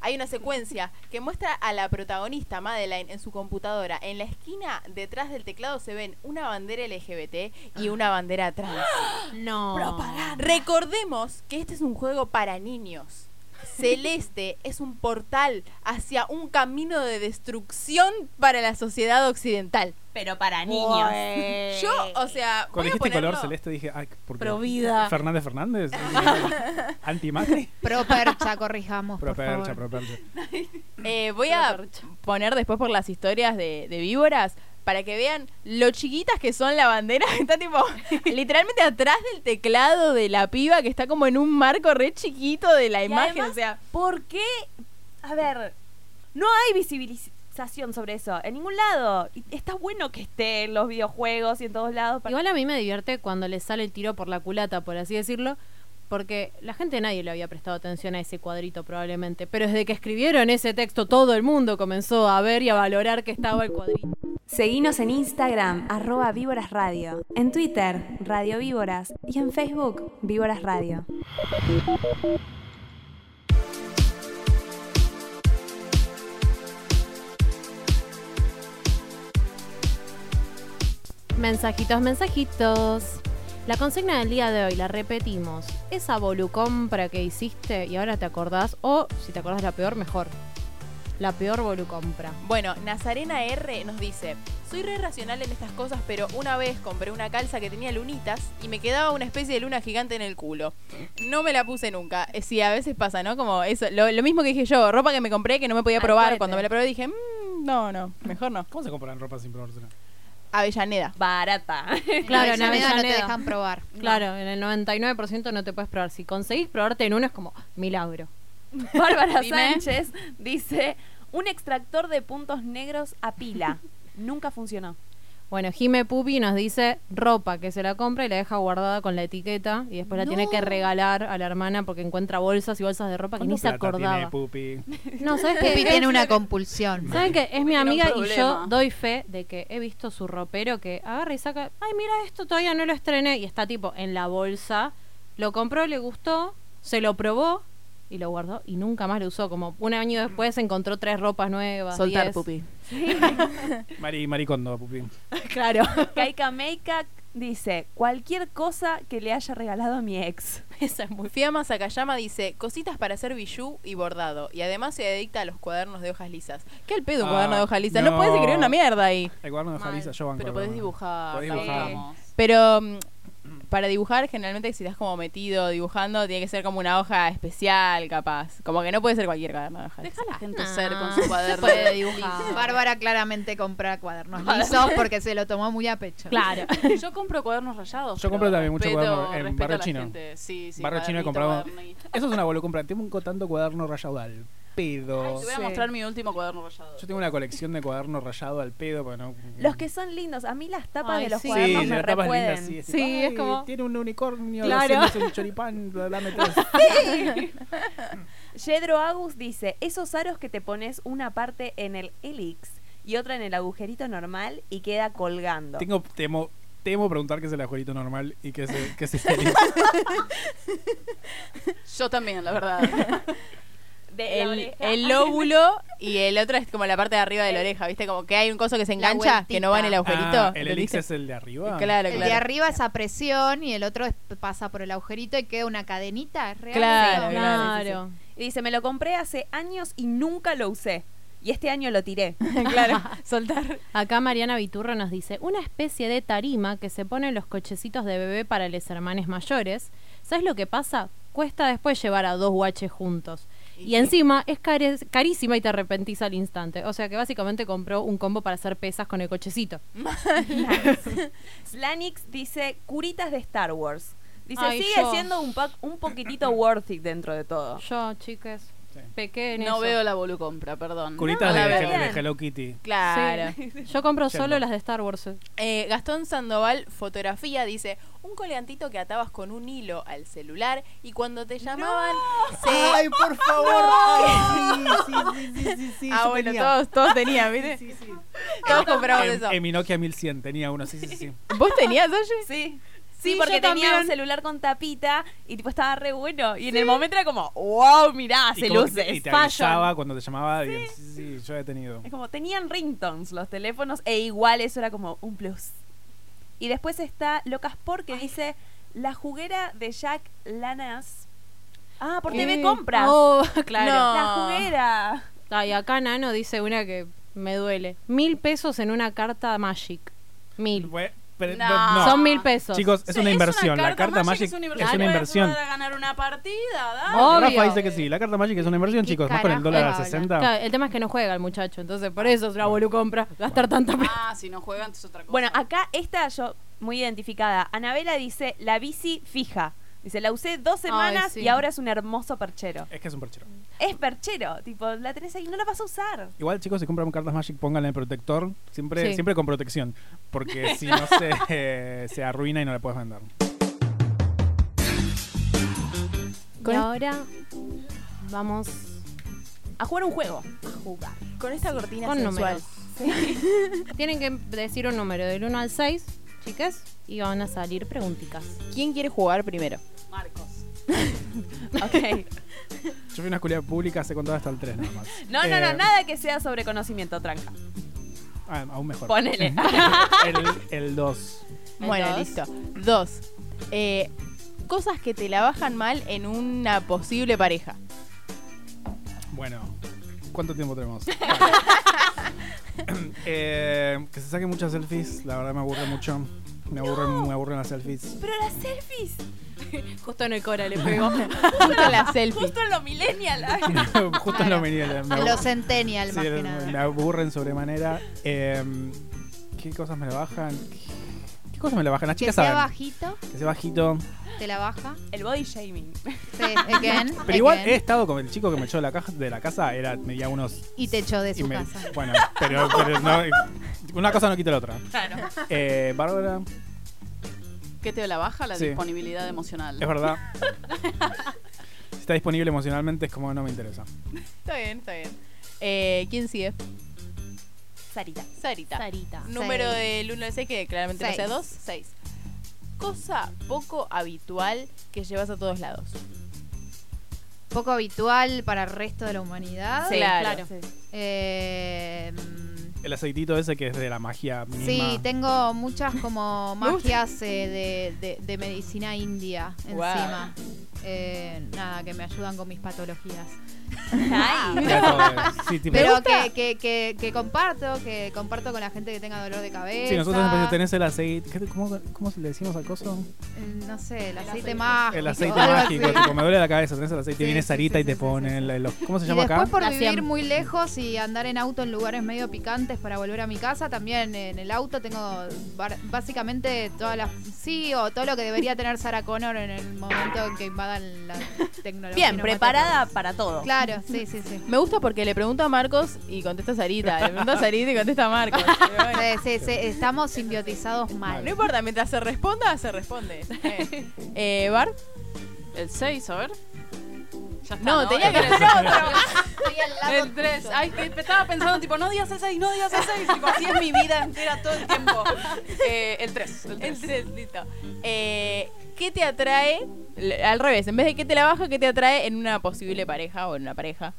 S5: Hay una secuencia que muestra a la protagonista Madeline en su computadora. En la esquina detrás del teclado se ven una bandera LGBT y una bandera trans.
S3: No.
S5: Recordemos que este es un juego para niños. Celeste [laughs] es un portal hacia un camino de destrucción para la sociedad occidental.
S4: Pero para niños. [laughs]
S5: Yo,
S4: Eh.
S5: o sea, voy
S8: Cuando
S5: a
S8: dijiste
S5: ponerlo-
S8: color celeste dije, ay, ¿por qué?
S3: Provida.
S8: Fernández Fernández. Antimacri.
S7: Propercha, corrijamos. Oh, por
S8: Propercha,
S7: favor.
S8: propercha.
S5: Eh, voy a poner después por las historias de, de víboras para que vean lo chiquitas que son la bandera. [laughs] Está
S4: [laughs]
S5: tipo literalmente atrás del teclado de la piba que está como en un marco re chiquito de la
S4: Y
S5: imagen.
S4: además,
S5: o sea,
S4: ¿Por qué? A ver, no hay visibilización sobre eso en ningún lado. Y está bueno que esté en los videojuegos y en todos lados. para-
S3: Igual a mí me divierte cuando le sale el tiro por la culata, por así decirlo, porque la gente nadie le había prestado atención a ese cuadrito probablemente, pero desde que escribieron ese texto todo el mundo comenzó a ver y a valorar que estaba el cuadrito.
S11: Seguinos en Instagram, arroba Víboras Radio, en Twitter, Radio Víboras, y en Facebook, Víboras Radio.
S3: Mensajitos, mensajitos. La consigna del día de hoy, la repetimos. Esa volucompra que hiciste y ahora te acordás, o si te acordás la peor, mejor. La peor volucompra.
S5: Bueno, Nazarena R nos dice, soy re racional en estas cosas, pero una vez compré una calza que tenía lunitas y me quedaba una especie de luna gigante en el culo. No me la puse nunca. Eh, Sí, a veces pasa, ¿no? Como eso, lo, lo mismo que dije yo, ropa que me compré que no me podía
S4: Al
S5: probar.
S4: cohete.
S5: Cuando me la probé dije, "Mm, no, no, mejor no.
S8: ¿Cómo se compran ropa sin probársela?
S5: Avellaneda.
S4: Barata. [laughs]
S3: Claro, en
S7: Avellaneda no te
S3: Avellaneda.
S7: dejan probar.
S3: Claro, en el 99% no te puedes probar. Si conseguís probarte en uno es como milagro.
S4: Bárbara
S6: Dime.
S4: Sánchez dice, un extractor de puntos negros a pila. Nunca funcionó.
S3: Bueno, Jime Pupi nos dice ropa que se la compra y la deja guardada con la etiqueta y después la tiene que regalar a la hermana porque encuentra bolsas y bolsas de ropa que
S8: ¿Cuánta
S3: ni se
S8: plata tiene
S3: acordaba.
S8: Pupi?
S3: No, ¿sabes qué?
S7: Pupi tiene
S3: Es-
S7: una compulsión.
S3: ¿Saben qué? Es mi
S6: Era un
S3: amiga y
S6: problema.
S3: yo doy fe de que he visto su ropero que agarra y saca, ay, mira esto, todavía no lo estrené y está tipo en la bolsa. Lo compró, le gustó, se lo probó y lo guardó y nunca más lo usó. Como un año después encontró tres ropas nuevas.
S5: Soltar,
S3: diez.
S5: pupi.
S8: Mari, maricondo, Pupi.
S3: [laughs] Claro.
S4: Kaika Meika Dice, cualquier cosa que le haya regalado a mi ex.
S3: Esa es muy
S5: Fiamma Sakayama dice, cositas para hacer bijú y bordado. Y además se adicta a los cuadernos de hojas lisas. ¿Qué al pedo un
S8: Ah,
S5: cuaderno de hojas lisas? No,
S8: no.
S5: puedes escribir una mierda ahí.
S8: El cuaderno de
S3: Mal,
S8: Jaliza, yo banco.
S6: Pero
S8: el
S6: podés
S8: cuaderno.
S6: dibujar.
S8: Podés dibujar.
S6: digamos.
S5: Pero mm, para dibujar, generalmente si estás como metido dibujando, tiene que ser como una hoja especial, capaz. Como que no puede ser cualquier cuaderno de hojas lisas. Ah.
S6: Deja a la gente
S3: No,
S6: ser con
S5: [laughs]
S3: no
S6: su
S3: se
S6: cuaderno.
S3: puede dibujar.
S7: [laughs] Bárbara claramente compra cuadernos lisos porque se lo tomó muy a pecho.
S3: Claro.
S6: Yo compro cuadernos rayados.
S8: Yo
S6: pero
S8: compro también mucho
S6: respeto-
S8: cuaderno en
S6: respeto a
S8: Barrio
S6: la
S8: Chino.
S6: gente. Sí, sí,
S8: Barrio Chino he
S6: cuadernito,
S8: comprado.
S6: cuadernito.
S8: [laughs] Eso es una bolocompra. Tengo tanto cuaderno rayado al
S6: Ay,
S8: pedo.
S6: te voy a mostrar mi último cuaderno rayado.
S8: Yo tengo una colección de cuaderno rayado al pedo. porque no-
S4: Los que son lindos. A mí las tapas
S3: Ay,
S4: de los
S3: sí.
S8: Sí,
S4: cuadernos
S8: de
S4: me
S8: la tapa es linda,
S4: repueden.
S8: sí. Es
S3: Sí,
S8: tipo, "Ay,
S3: es como-
S8: Tiene un unicornio,
S3: Claro.
S8: claro. es un choripán, bla, bla, bla, metes".
S4: Yedro Agus dice, esos aros que te pones una parte en el helix y otra en el agujerito normal y queda colgando.
S8: Tengo, temo, temo preguntar qué es el ajuelito normal y qué es el, qué es el helix.
S6: Yo también,
S5: [laughs]
S6: la verdad.
S4: De la
S5: El,
S4: oreja. [laughs]
S5: el lóbulo y el otro es como la parte de arriba de la oreja, ¿viste? Como que hay un coso que se
S7: La
S5: engancha, que no va en el
S7: vueltita.
S5: agujerito.
S8: Ah, el helix
S5: ¿Entendiste?
S8: es el de arriba.
S5: Claro,
S7: El
S5: claro.
S7: de arriba es a presión y el otro es- pasa por el agujerito y queda una cadenita, es real.
S5: Claro,
S7: Sí.
S5: claro, sí,
S3: Claro.
S4: Y dice, me lo compré hace años y nunca lo usé. Y este año lo tiré. [laughs]
S3: [laughs]
S5: claro, soltar.
S3: Acá Mariana Viturra nos dice, una especie de tarima que se pone en los cochecitos de bebé para los hermanos mayores. ¿Sabes lo que pasa? Cuesta después llevar a dos guaches juntos. Y encima es care- carísima y te arrepentís al instante. O sea que básicamente compró un combo para hacer pesas con el cochecito.
S4: Slanix dice, curitas de Star Wars. Dice,
S3: Ay,
S4: sigue
S3: yo.
S4: siendo un, pack- un poquitito worth it dentro de todo.
S3: Yo, chicas, pequé en
S6: no
S3: eso.
S6: veo la volucompra, perdón.
S8: Curitas
S6: No la
S8: de,
S6: veo.
S8: de
S4: bien.
S8: Hello Kitty.
S5: Claro.
S3: Sí. [laughs] Yo compro
S8: Yendo.
S3: solo las de Star Wars.
S5: Eh, Gastón Sandoval, fotografía, dice: Un colgantito que atabas con un hilo al celular y cuando te llamaban. [laughs] se-
S9: Ay, por favor. Ay, sí, sí, sí, sí, sí, sí,
S5: ah,
S9: yo
S5: bueno,
S9: tenía.
S5: todos, todos tenían, ¿viste? Todos compramos
S8: En,
S5: eso.
S8: en mi Em, Nokia 1100 tenía uno, sí, sí, sí.
S5: ¿Vos tenías, Oye?
S4: Sí.
S5: Sí,
S4: Sí, porque
S5: yo
S4: tenía
S5: también.
S4: un celular con tapita y tipo estaba re bueno. Y en el momento era como, wow, mirá,
S8: Y
S4: se
S8: como que-
S4: luce.
S8: Y te
S4: es fashion".
S8: avisaba cuando te llamaba. y- Sí, sí, yo he tenido.
S4: Es como, tenían ringtones los teléfonos e igual eso era como un plus. Y después está Locaspor que dice, la juguera de Jack Lanas. Ah, por TV
S3: Eh,
S4: Compras.
S3: Oh,
S4: [laughs]
S3: claro.
S5: No.
S4: La juguera.
S3: Ay, acá Nano dice una que me duele. Mil pesos en una carta Magic. Mil.
S8: Bueno, pero-
S6: No.
S8: no.
S3: Son mil pesos.
S8: Chicos, es una inversión. la carta Magic,
S6: mágica
S8: es una inversión.
S6: ganar una partida, dale.
S3: Obvio.
S8: Rafa dice que sí, la carta Magic es una inversión,
S7: ¿Qué
S8: chicos. Más con el
S7: carajo
S8: dólar a
S7: hablan?
S8: 60.
S3: Claro, el tema es que no juega el muchacho, entonces por eso es una compra gastar tanta plata.
S6: Ah, si no juegan es otra cosa.
S4: Bueno, acá esta yo muy identificada. Anabela dice, la bici fija. Dice, la usé dos semanas
S3: sí.
S4: y ahora es un hermoso perchero.
S8: Es que es un perchero.
S4: Es perchero, tipo, la tenés ahí, no la vas a usar.
S8: Igual, chicos, si compran cartas Magic, pónganle el protector. Siempre,
S3: Sí.
S8: siempre con protección. Porque si no, se, eh, se arruina y no la puedes vender.
S3: Y ahora vamos
S4: A jugar un juego.
S5: Con esta cortina
S3: con
S5: sensual.
S3: números. [laughs] Tienen que decir un número del 1 al 6, chicas, y van a salir preguntitas.
S5: ¿Quién quiere jugar primero?
S6: Marcos.
S4: Ok.
S8: Yo fui a una escuela pública, se contaba hasta el 3 nada más.
S4: No, no, no,
S8: Eh,
S4: nada que sea sobre conocimiento, tranca.
S8: ah, aún mejor.
S4: Ponele.
S8: [laughs] El 2.
S5: Bueno,
S6: dos.
S5: listo. Dos. Eh, cosas que te la bajan mal en una posible pareja.
S8: Bueno, ¿cuánto
S7: [laughs]
S8: tiempo tenemos? [coughs] Eh, que se saquen muchas selfies, la verdad me aburre mucho. Me aburren, me aburren las selfies. [laughs]
S4: Pero las selfies.
S3: Justo en el Cora le pegó.
S5: Justo en
S6: [laughs]
S5: la selfie.
S4: Justo en lo millennial.
S8: Justo no venía. Me, aburren.
S7: Los centennial
S8: Sí,
S7: más que
S8: me
S7: nada.
S8: aburren sobremanera. Eh, ¿Qué cosas me la bajan? ¿Qué cosas me la bajan? Las
S7: Que
S8: chicas
S7: sea
S8: saben.
S7: bajito,
S8: Que sea bajito.
S7: te la baja.
S4: El body shaming.
S7: Sí, again,
S8: [laughs] Pero igual
S7: again.
S8: he estado con el chico que me echó de la caja de la casa, era, medía unos.
S7: Y te echó de
S8: y
S7: su
S8: me-
S7: casa.
S8: Bueno, pero, pero no, una cosa no quita la otra.
S4: Claro.
S8: Eh, Bárbara,
S6: ¿Qué te la baja? La
S8: Sí.
S6: disponibilidad emocional.
S8: es verdad. [laughs] Si está disponible emocionalmente es como no me interesa.
S5: Está bien, está bien. Eh, ¿Quién sigue?
S4: Sarita.
S5: Sarita.
S3: Sarita.
S5: Número
S7: Seis.
S5: del 1 al 6, que claramente
S7: Seis.
S5: no sea 2, 6. Cosa poco habitual que llevas a todos lados.
S3: Eh,
S7: Poco habitual para el resto de la humanidad.
S5: Sí, claro.
S7: Eh, mm,
S8: el aceitito ese que es de la magia misma.
S7: Sí, tengo muchas como
S5: [laughs] Me gusta.
S7: magias eh, de, de- de medicina india
S5: Wow.
S7: encima. Eh, nada, que me ayudan con mis patologías.
S8: Mira todo eso. Sí, tipo-
S7: Pero que, que, que, que comparto, que comparto con la gente que tenga dolor de cabeza.
S8: Sí, nosotros empezamos- tenés el aceite. ¿qué te- ¿Cómo, ¿Cómo se le decimos al coso?
S7: Eh, No sé, el aceite mágico.
S8: El aceite
S7: Ah, algo [laughs]
S8: mágico.
S7: así.
S8: Tipo, me duele la cabeza. Tenés el aceite
S7: Sí,
S8: y viene
S7: sí,
S8: Sarita
S7: sí,
S8: y te
S7: sí,
S8: pone
S7: sí, sí.
S8: el- el- los- ¿Cómo se
S7: Y
S8: llama acá?
S7: después por
S3: La
S7: vivir
S3: siam.
S7: muy lejos y andar en auto en lugares medio picantes para volver a mi casa, también en el auto tengo bar- básicamente todas las... Sí, o todo lo que debería tener Sarah Connor en el momento en que invadan la tecnología.
S4: Bien,
S7: Nos
S4: preparada para todo.
S7: matan. Claro, sí, sí, sí.
S5: Me gusta porque le pregunto a Marcos y contesta a Sarita. Le
S3: [laughs]
S5: pregunto a Sarita y contesta a Marcos. Pero [laughs] bueno.
S7: Sí, sí, sí, estamos simbiotizados mal.
S5: No importa, mientras se responda, se responde. Eh, eh, Bar,
S6: El 6, a ver. Ya está,
S5: No, tenía
S6: El
S5: que
S6: tres.
S5: ser
S6: [laughs]
S7: Estoy al lado
S6: El 3. Ay, que estaba pensando, tipo, no digas el 6, no digas el 6. Tipo, así es mi vida entera todo el tiempo. Eh, el 3.
S5: el tres, listo. Eh, ¿Qué te atrae? L- Al revés, en vez de qué te la baja, ¿qué te atrae en una posible pareja o en una pareja?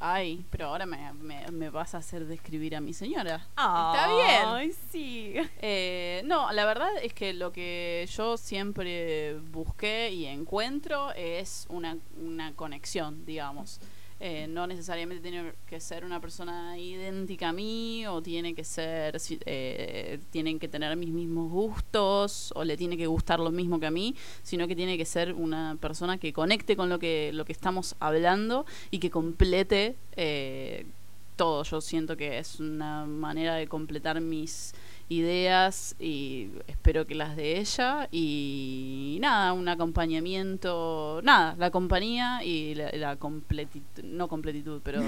S6: Ay, pero ahora me, me- me vas a hacer describir a mi señora.
S4: Está
S6: bien.
S4: Ay, sí.
S6: Eh, no, la verdad es que lo que yo siempre busqué y encuentro es una, una conexión, digamos. Eh, no necesariamente tiene que ser una persona idéntica a mí o tiene que ser, si- eh, tienen que tener mis mismos gustos o le tiene que gustar lo mismo que a mí, sino que tiene que ser una persona que conecte con lo que, lo que estamos hablando y que complete eh, todo. Yo siento que es una manera de completar mis ideas y espero que las de ella y nada, un acompañamiento, nada, la compañía y la, la completitud, no completitud, pero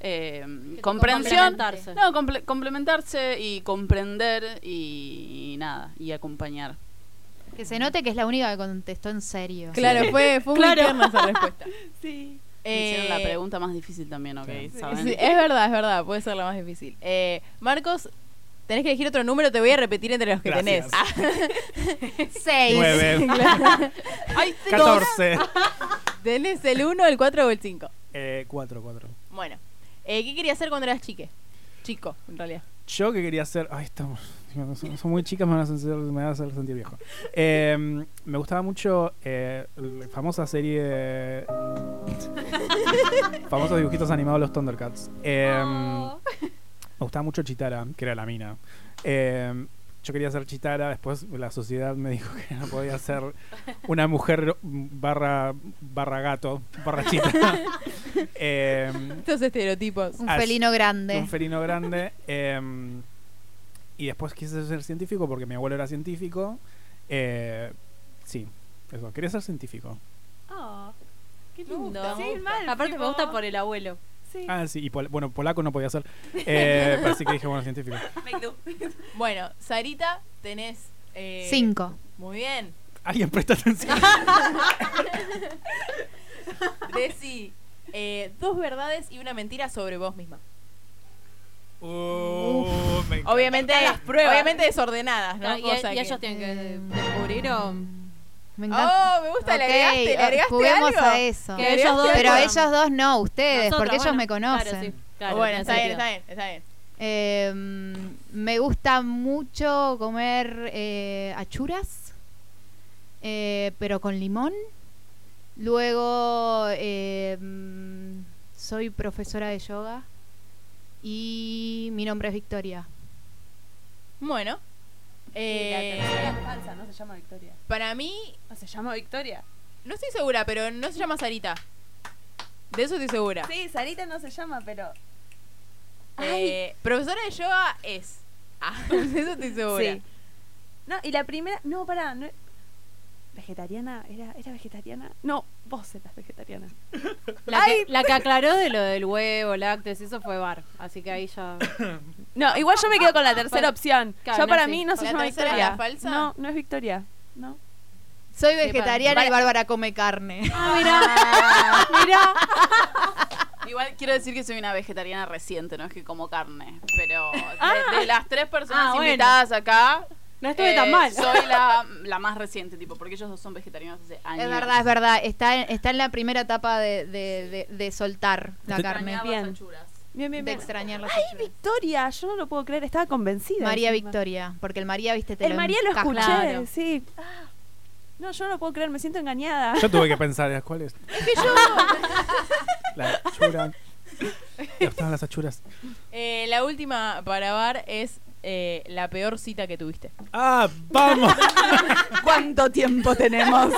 S6: eh,
S3: te
S6: comprensión.
S3: complementarse.
S6: No, comple- complementarse y comprender y, nada, y acompañar.
S7: Que se note que es la única que contestó en serio.
S5: Claro, fue, fue
S6: Claro.
S5: muy tierna esa respuesta.
S4: Sí.
S6: Me hicieron
S5: Eh,
S6: la pregunta más difícil también, ok, ¿saben? [laughs]
S5: Sí, es verdad, es verdad, puede ser la más difícil. Eh, Marcos, tenés que elegir otro número, te voy a repetir entre los que
S8: Gracias.
S5: [laughs] tenés.
S7: Seis.
S8: [laughs] 9,
S7: [laughs]
S6: Ay, te-
S8: 14,
S5: tenés el 1, el 4 o el 5.
S8: 4, 4.
S5: Bueno, eh, ¿qué querías hacer cuando eras chique? Chico, en realidad.
S8: Yo que quería hacer. Ay, estamos. Son, son muy chicas, me van a hacer, me van a hacer sentir viejo. Eh, me gustaba mucho eh, la famosa serie. famosos dibujitos animados, los Thundercats. Eh, Me gustaba mucho Chitara, que era la mina. Eh, yo quería ser Chitara, después la sociedad me dijo que no podía ser una mujer barra, barra gato, barra chita. Eh,
S5: Estos estereotipos.
S7: Un
S8: Ah,
S7: felino grande.
S8: un felino grande. em, y después quise ser científico porque mi abuelo era científico. eh, sí, eso. Quería ser científico.
S4: Ah, Qué
S3: lindo.
S4: lindo. Sí, mal,
S3: Aparte
S4: tipo,
S3: me gusta por el abuelo.
S4: Sí. [laughs]
S8: Ah, sí, y pol- bueno, polaco no podía ser. eh, pero así que dije, bueno, científico.
S5: Bueno, Sarita, tenés. eh,
S7: Cinco.
S5: Muy bien.
S8: Alguien presta atención.
S5: Desi, eh, dos verdades y una mentira sobre vos misma.
S8: Uh, me encanta.
S5: Obviamente, eh, obviamente desordenadas, ¿no?
S3: No, y,
S5: Cosa
S3: y
S5: que-
S3: ellos tienen que descubrir o...
S7: Me encanta.
S5: Oh, me gusta, le
S7: Ok,
S5: agregaste, le
S7: ah,
S5: agregaste
S7: juguemos
S5: algo.
S7: a eso.
S3: Que ellos dos
S7: Pero
S3: fueron.
S7: ellos dos no, ustedes,
S3: Nosotras,
S7: porque ellos
S3: bueno,
S7: me conocen.
S3: Claro, sí, claro,
S5: bueno,
S3: tiene
S5: está bien,
S3: sentido.
S5: está bien, está bien.
S7: Eh, me gusta mucho comer eh, achuras, eh, pero con limón. Luego eh, mm, soy profesora de yoga y mi nombre es Victoria.
S5: Bueno. eh,
S4: falsa, no se llama Victoria.
S5: para mí,
S4: ¿No se llama Victoria?
S5: no estoy segura, pero no se llama Sarita. De eso estoy segura.
S4: Sí, Sarita no se llama, pero.
S5: Eh, profesora de yoga es. Ah, [laughs] de eso estoy segura.
S4: Sí. No, y la primera. No, pará. no- ¿Vegetariana? ¿Era, ¿Era vegetariana? No, vos eras vegetariana.
S3: La que, la que aclaró de
S5: [laughs]
S3: lo del huevo, lácteos, eso fue Bar. Así que ahí ya...
S4: No, igual yo me quedo con la tercera
S3: Para-
S4: opción.
S3: Claro,
S4: yo
S3: no,
S4: para
S3: sí.
S4: mí no se
S5: ¿La
S4: llama
S5: tercera
S4: Victoria.
S5: era falsa?
S4: No, no es Victoria. No.
S7: Soy
S5: para-
S7: vegetariana y Bárbara come carne.
S3: Ah, mirá.
S6: [laughs] Igual quiero decir que soy una vegetariana reciente, no es que como carne, pero de, de las tres personas
S3: Ah, bueno.
S6: invitadas acá,
S3: No estuve
S6: eh,
S3: tan mal.
S6: Soy la, la más reciente, tipo, porque ellos dos son vegetarianos hace años.
S7: Es verdad, es verdad. Está en, está en la primera etapa de, de- de- de soltar la carne.
S6: Extrañaba
S4: Bien.
S6: achuras.
S4: Bien, bien,
S7: de
S4: bien.
S7: extrañar las
S4: ¡Ay,
S7: alturas.
S4: Victoria! Yo no lo puedo creer, estaba convencida.
S7: María
S4: encima.
S7: Victoria, porque el María, viste, te
S4: El María lo
S7: encaja.
S4: escuché,
S7: Claro.
S4: sí. Ah, No, yo no lo puedo creer, me siento engañada.
S8: Yo tuve que pensar las cuáles.
S7: Es que yo,
S8: La achura. Me gustaban las achuras.
S5: Eh, la última para Bar es eh, la peor cita que tuviste.
S8: ¡Ah, vamos!
S6: ¿Cuánto tiempo tenemos?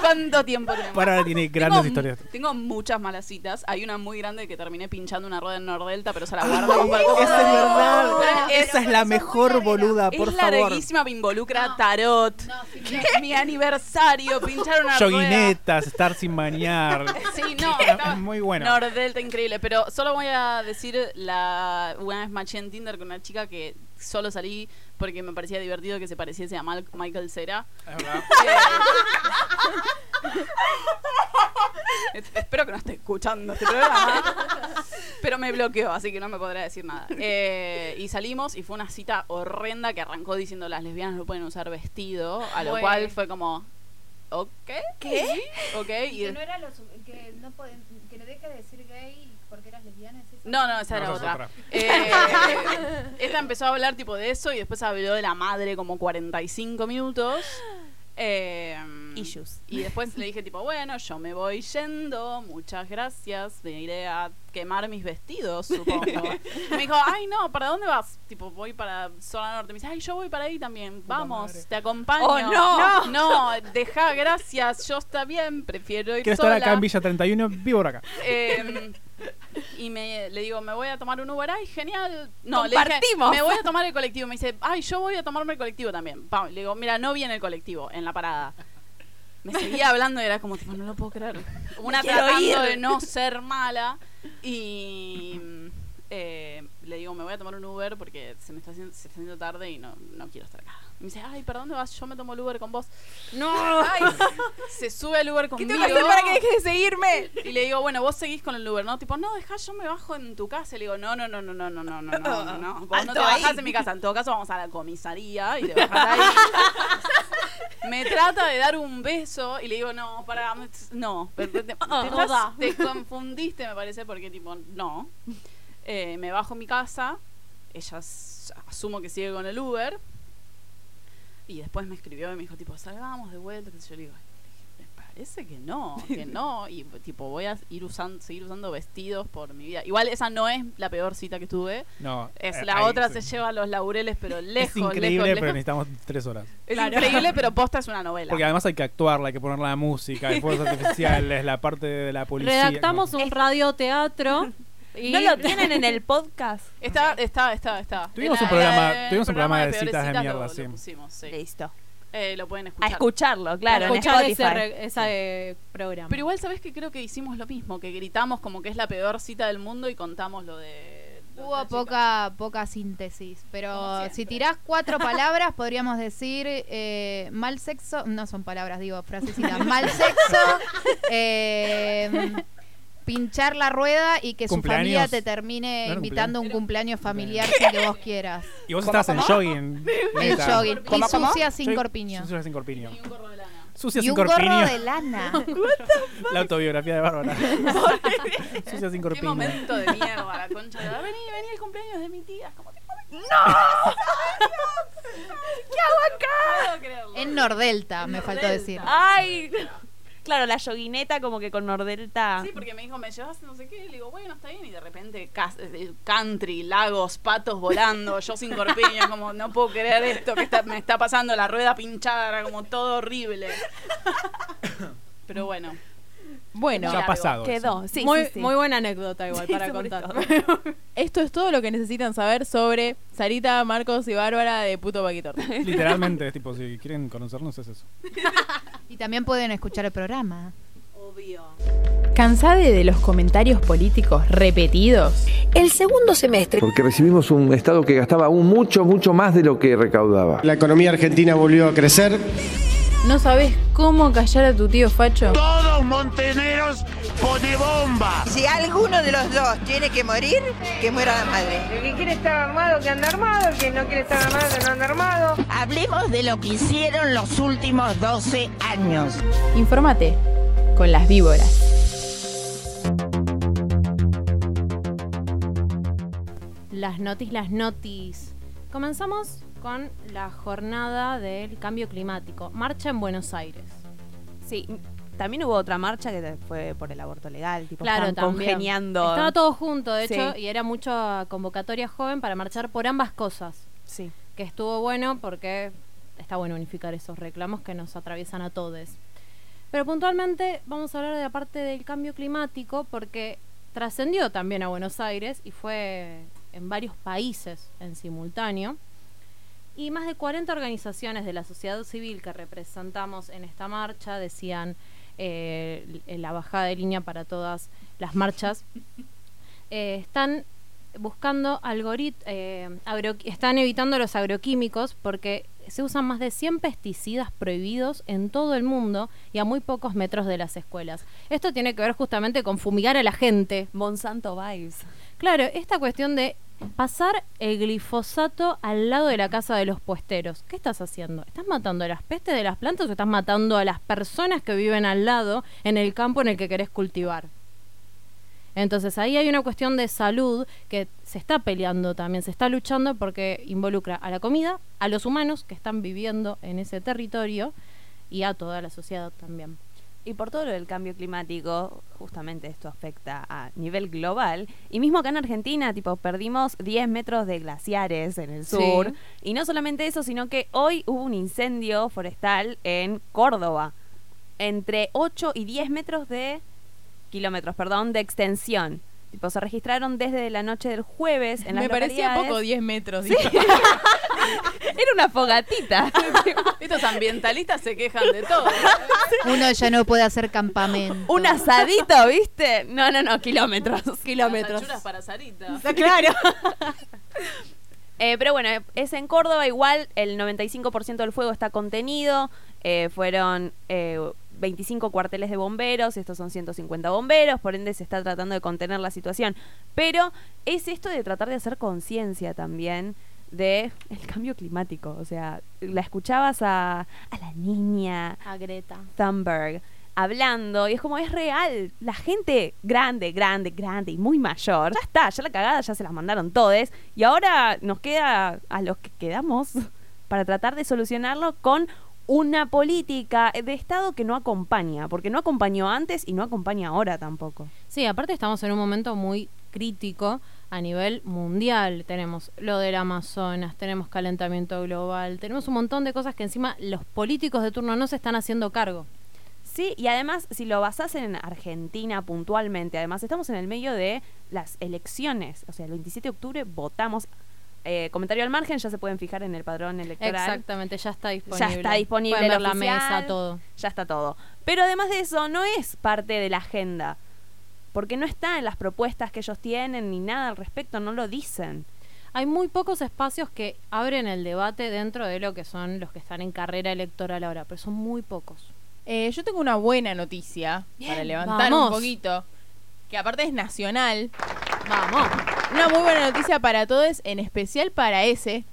S6: ¿Cuánto tiempo
S7: [laughs]
S6: tenemos?
S8: Para, tiene grandes
S6: mu-
S8: historias.
S6: Tengo muchas malas citas. Hay una muy grande que terminé pinchando una rueda en Nordelta, pero se la guardo para todo.
S7: esa es verdad.
S6: Pero es-
S7: Esa es la mejor
S8: boluda,
S6: Es larguísima, me involucra tarot. Mi aniversario, pinchar una rueda.
S8: Joguinetas, estar sin
S6: [laughs]
S8: bañar. [laughs]
S6: Sí, no, estaba-
S8: Es muy bueno.
S6: Nordelta increíble, pero solo voy a decir la una vez maché en Tinder con una chica que solo salí porque me parecía divertido que se pareciese a Mal- Michael Cera.
S8: Es verdad.
S6: Eh, Espero que no esté escuchando
S8: [laughs]
S6: este programa. Pero me bloqueó, así que no me podrá decir nada. Eh, y salimos y fue una cita horrenda que arrancó diciendo las lesbianas no pueden usar vestido, a lo
S3: Bueno.
S6: cual fue como, ¿ok? ¿Qué? ¿Ok? y-
S12: Que no era lo su- que no pueden- que no dejes de decir gay porque eras lesbiana. ¿es eso?
S6: No, no, esa era
S8: No, esa
S6: otra.
S8: es
S6: Eh, esta empezó a hablar tipo de eso y después habló de la madre como 45 minutos. Eh,
S5: Issues.
S6: Y después le dije tipo, bueno, yo me voy yendo, muchas gracias, me iré a quemar mis vestidos, supongo. me dijo, ay no, ¿para dónde vas? Tipo, voy para zona norte. Me dice, ay, yo voy para ahí también, vamos,
S8: madre.
S6: te acompaño.
S4: Oh, no.
S6: no, deja, gracias, yo está bien, prefiero ir
S8: Quiero estar
S6: sola.
S8: acá en Villa 31, vivo por acá.
S6: Eh, y me, le digo, me voy a tomar un Uber. Ay, genial. No, le dije,
S4: Compartimos.
S6: me voy a tomar el colectivo. Me dice, ay, yo voy a tomarme el colectivo también. Pa- Le digo, mira, no viene el colectivo en la parada. Me seguía hablando y era como, tipo, no lo puedo creer. Una
S4: quiero
S6: tratando
S4: ir.
S6: de no ser mala. Y eh, le digo, me voy a tomar un Uber porque se me está haciendo, se está haciendo tarde y no, no quiero estar acá. Me dice, ay, ¿para dónde vas? Yo me tomo el Uber con vos.
S3: No.
S6: Ay, [laughs] se sube al
S4: [laughs]
S6: Uber
S4: ¿Qué
S6: conmigo.
S4: tengo que hacer para que dejes de seguirme?
S6: Y le digo, bueno, vos seguís con el Uber, ¿no? Tipo, no, dejá, yo me bajo en tu casa. Y le digo, no, no, no, no, no, no, no, no, no, no, no. Vos no
S4: Alto
S6: te
S4: ahí.
S6: bajás en mi casa. En todo caso, vamos a la comisaría y te bajás ahí. [laughs] Me trata de dar un beso y le digo, no, para, no. Te, te- te estás-
S3: da.
S6: te confundiste, me parece, porque, tipo, no. Eh, me bajo en mi casa, ella s- asumo que sigue con el Uber. Y después me escribió y me dijo, tipo, salgamos de vuelta. qué sé Yo le digo, me parece que no,
S8: [laughs]
S6: que no. Y tipo, voy a ir usando, seguir usando vestidos por mi vida. Igual esa no es la peor cita que tuve.
S8: No.
S6: Es
S8: eh,
S6: la
S8: ahí,
S6: otra
S8: sí.
S6: se lleva los laureles, pero lejos,
S8: es increíble,
S6: lejos,
S8: pero
S6: lejos.
S8: necesitamos tres horas.
S6: Es increíble, pero posta es una novela.
S8: Porque además hay que actuarla, hay que poner la música, hay fuegos artificiales, la parte de la policía.
S3: Redactamos un
S4: [laughs]
S3: radioteatro. Y
S4: ¿No lo
S3: [laughs]
S4: tienen en el podcast?
S6: Está, está, está, está.
S8: Tuvimos
S6: Era-
S8: un programa-
S6: era el
S8: tuvimos un programa de
S6: peores
S8: citas de
S6: lo-
S8: mierda,
S6: lo
S8: sí.
S6: pusimos, sí.
S4: Listo.
S6: Eh, lo
S7: Ah,
S6: pueden
S4: A
S6: escuchar.
S4: escucharlo, claro,
S3: escuchar
S4: en
S3: ese,
S4: Spotify.
S3: re- esa, eh, programa.
S6: Pero igual sabes que creo que hicimos lo mismo, que gritamos como que es la peor cita del mundo y contamos lo de... lo de
S7: hubo
S6: esta chica.
S7: poca, poca síntesis,
S6: Como
S7: pero
S6: siempre.
S7: si tirás cuatro palabras podríamos decir eh, mal sexo, no son palabras, digo [laughs] frasecitas, mal sexo, eh, pinchar la rueda y que
S8: Cumpleaños.
S7: su familia te termine
S8: ¿No era
S7: invitando a un cumpleaños familiar sin que vos quieras.
S8: Y vos estabas en jogging.
S7: [laughs] El
S8: neta.
S7: jogging. Y
S8: ¿Cómo, cómo?
S7: sucia sin
S8: Jogging-
S7: corpiño.
S8: Sucia sin corpiño.
S6: Y un gorro de lana.
S8: Sucia
S7: Y
S8: sin
S7: un gorro
S8: corpiño.
S7: de
S8: [laughs]
S7: lana.
S8: La autobiografía de
S6: [laughs]
S8: Bárbara. Sucia sin
S6: Qué
S8: corpiño.
S6: momento de mierda, la concha de la... Vení, vení el cumpleaños de mi tía. es Como tipo, ¡No! [laughs] ¿Qué hago acá?
S7: En Nordelta, me faltó decir.
S4: Ay, claro, la yoguineta como que con Nordelta.
S6: Sí, porque me dijo, me llevas no sé qué. Le digo, bueno, está bien. Y de repente, cas- eh, country, lagos, patos volando. Yo sin corpiño, como no puedo creer esto que está- me está pasando. La rueda pinchada, era como todo horrible. Pero bueno,
S5: Bueno,
S8: Ya ha pasado. eso.
S4: Quedó, sí,
S3: muy,
S4: sí, sí.
S3: muy buena anécdota igual
S4: [laughs] Sí,
S3: para
S4: sobre
S3: contar. [laughs]
S5: esto es todo lo que necesitan saber sobre Sarita, Marcos y Bárbara de Puto Paquitorta.
S4: [laughs]
S8: Literalmente, es tipo, si quieren conocernos, es eso.
S7: Y también pueden escuchar el programa.
S6: obvio.
S5: ¿Cansade de los comentarios políticos repetidos?
S13: El segundo semestre
S14: Porque recibimos un Estado que gastaba aún mucho, mucho más de lo que recaudaba.
S13: La economía argentina volvió a crecer.
S5: ¿No sabes cómo callar a tu tío Facho?
S12: Si alguno de los dos tiene que morir, que muera la madre. El que quiere estar armado, que anda armado. El que no quiere estar armado, que no anda armado. Hablemos de lo que hicieron los últimos 12 años.
S5: Infórmate con las víboras.
S3: las notis, las notis. Comenzamos con la jornada del cambio climático. Marcha en Buenos Aires.
S4: Sí, también hubo otra marcha que fue por el aborto legal, tipo,
S3: Claro,
S4: estaban
S3: también.
S4: congeniando.
S3: Estaba todo junto, de hecho,
S4: Sí.
S3: y era mucha convocatoria joven para marchar por ambas cosas.
S4: Sí.
S3: Que estuvo bueno porque está bueno unificar esos reclamos que nos atraviesan a todos. Pero puntualmente vamos a hablar de la parte del cambio climático porque trascendió también a Buenos Aires y fue en varios países en simultáneo. Y más de 40 organizaciones de la sociedad civil que representamos en esta marcha decían eh, l- la bajada de línea para todas las marchas. Eh, están buscando algorit- eh, agro- están evitando los agroquímicos porque se usan más de 100 pesticidas prohibidos en todo el mundo y a muy pocos metros de las escuelas. Esto tiene que ver justamente con fumigar a la gente.
S4: Monsanto vibes.
S3: Claro, esta cuestión de pasar el glifosato al lado de la casa de los puesteros. ¿Qué estás haciendo? ¿Estás matando a las pestes de las plantas o estás matando a las personas que viven al lado en el campo en el que querés cultivar? Entonces ahí hay una cuestión de salud que se está peleando también, se está luchando porque involucra a la comida, a los humanos que están viviendo en ese territorio y a toda la sociedad también.
S4: Y por todo lo del cambio climático, justamente esto afecta a nivel global. Y mismo acá en Argentina, tipo, perdimos 10 metros de glaciares en el
S6: Sí.
S4: sur. Y no solamente eso, sino que hoy hubo un incendio forestal en Córdoba. Entre 8 y 10 metros de kilómetros, perdón, de extensión. Tipo, se registraron desde la noche del jueves en las
S5: Me parecía
S4: localidades.
S5: poco 10 metros.
S4: Sí. [laughs] Era una fogatita.
S6: Estos ambientalistas se quejan de todo. ¿eh?
S7: Uno ya no puede hacer campamento.
S4: Un asadito, ¿viste? No, no, no, kilómetros. Kilómetros.
S6: Achuras para Sarita. [laughs]
S4: Está claro. [laughs] Eh, pero bueno, eh, es en Córdoba igual, el 95% del fuego está contenido, eh, fueron eh, 25 cuarteles de bomberos, estos son 150 bomberos, por ende se está tratando de contener la situación. Pero es esto de tratar de hacer conciencia también de el cambio climático, o sea, la escuchabas a, a la niña,
S3: A Greta.
S4: Thunberg hablando y es como es real. La gente grande, grande, grande y muy mayor. Ya está, ya la cagada ya se las mandaron todes y ahora nos queda a los que quedamos para tratar de solucionarlo con una política de Estado que no acompaña, porque no acompañó antes y no acompaña ahora tampoco.
S3: Sí, aparte estamos en un momento muy crítico a nivel mundial. Tenemos lo del Amazonas, tenemos calentamiento global, tenemos un montón de cosas que encima los políticos de turno no se están haciendo cargo.
S4: Sí, y además, si lo basás en Argentina puntualmente, además estamos en el medio de las elecciones, o sea, el 27 de octubre votamos. Eh, comentario al margen, ya se pueden fijar en el padrón electoral.
S3: Exactamente, ya está disponible.
S4: Ya está disponible
S3: Pueden ver
S4: el
S3: la
S4: oficial,
S3: mesa, todo.
S4: Ya está todo. Pero además de eso, no es parte de la agenda. Porque no está en las propuestas que ellos tienen ni nada al respecto, no lo dicen.
S3: Hay muy pocos espacios que abren el debate dentro de lo que son los que están en carrera electoral ahora, pero son muy pocos.
S5: Eh, yo tengo una buena noticia para levantar
S3: Vamos.
S5: un poquito. Que aparte es nacional.
S3: Vamos.
S5: Una muy buena noticia para todos, en especial para ese.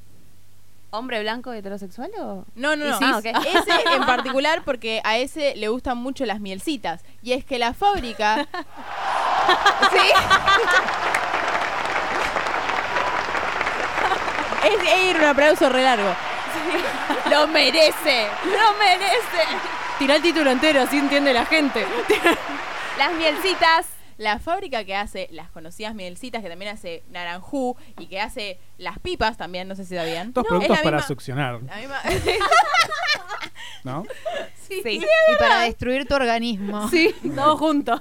S4: ¿Hombre blanco heterosexual o.?
S5: No, no,
S4: Y
S5: no.
S4: sí. Ah, ok.
S5: Ese en particular porque a ese le gustan mucho las mielcitas. Y es que la fábrica. sí. es ir un aplauso re largo. [laughs] Lo merece.
S4: ¡Lo merece!
S3: Tira el título entero, así entiende la gente.
S4: [laughs] Las mielcitas.
S5: La fábrica que hace las conocidas mielcitas, que también hace naranjú y que hace las pipas también, no sé si sabían.
S8: Todos
S5: Es
S8: productos
S5: la
S8: para
S5: misma-
S8: succionar,
S5: la
S4: [laughs]
S5: misma- [laughs]
S8: ¿no?
S5: Sí,
S4: Sí.
S7: Y para destruir tu organismo.
S3: Sí, todo junto.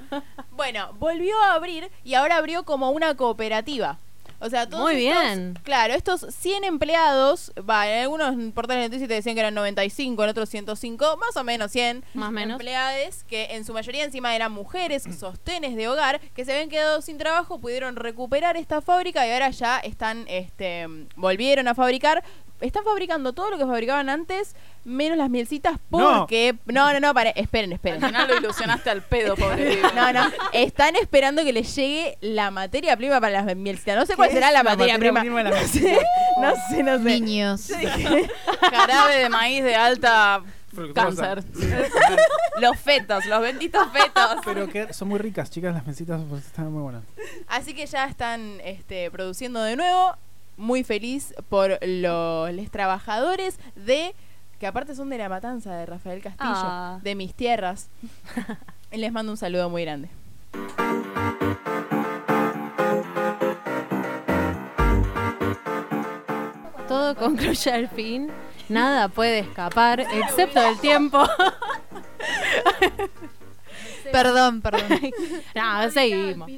S5: Bueno, volvió a abrir y ahora abrió como una cooperativa. O sea, todos
S3: Muy
S5: estos-
S3: bien.
S5: claro, estos 100 empleados, va, en algunos portales de noticias te decían que eran 95, en otros 105, más o menos 100
S3: Más o menos. [laughs]
S5: empleades que en su mayoría encima eran
S4: [clears throat]
S5: mujeres, sostenes de hogar, que se habían quedado sin trabajo, pudieron recuperar esta fábrica y ahora ya están, este, volvieron a fabricar. Están fabricando todo lo que fabricaban antes, menos las mielcitas,
S8: No.
S5: porque... No, no, no, pare, esperen,
S6: Al
S5: esperen.
S6: final lo ilusionaste al pedo, pobre pibe.
S5: No, no. [laughs] Están esperando que les llegue la materia prima para las mielcitas. No sé cuál será la materia, prima. [laughs]
S8: de la
S5: No sé, no sé.
S7: Niños.
S5: Sí.
S6: Jarabe de maíz de alta
S8: Fructosa.
S5: [laughs]
S6: Cáncer. los fetos, los benditos fetos.
S5: [laughs]
S8: Pero que son muy ricas, chicas, las mesitas pues, están muy buenas.
S5: Así que ya están este, produciendo de nuevo. Muy feliz por los les trabajadores de. que aparte son de la matanza de Rafael Castillo,
S6: Ah.
S5: de mis tierras. les mando un saludo muy grande.
S3: Todo concluye al fin. Nada puede escapar, excepto el
S5: [laughs]
S3: tiempo. [laughs]
S7: Perdón, perdón.
S3: no, seguimos.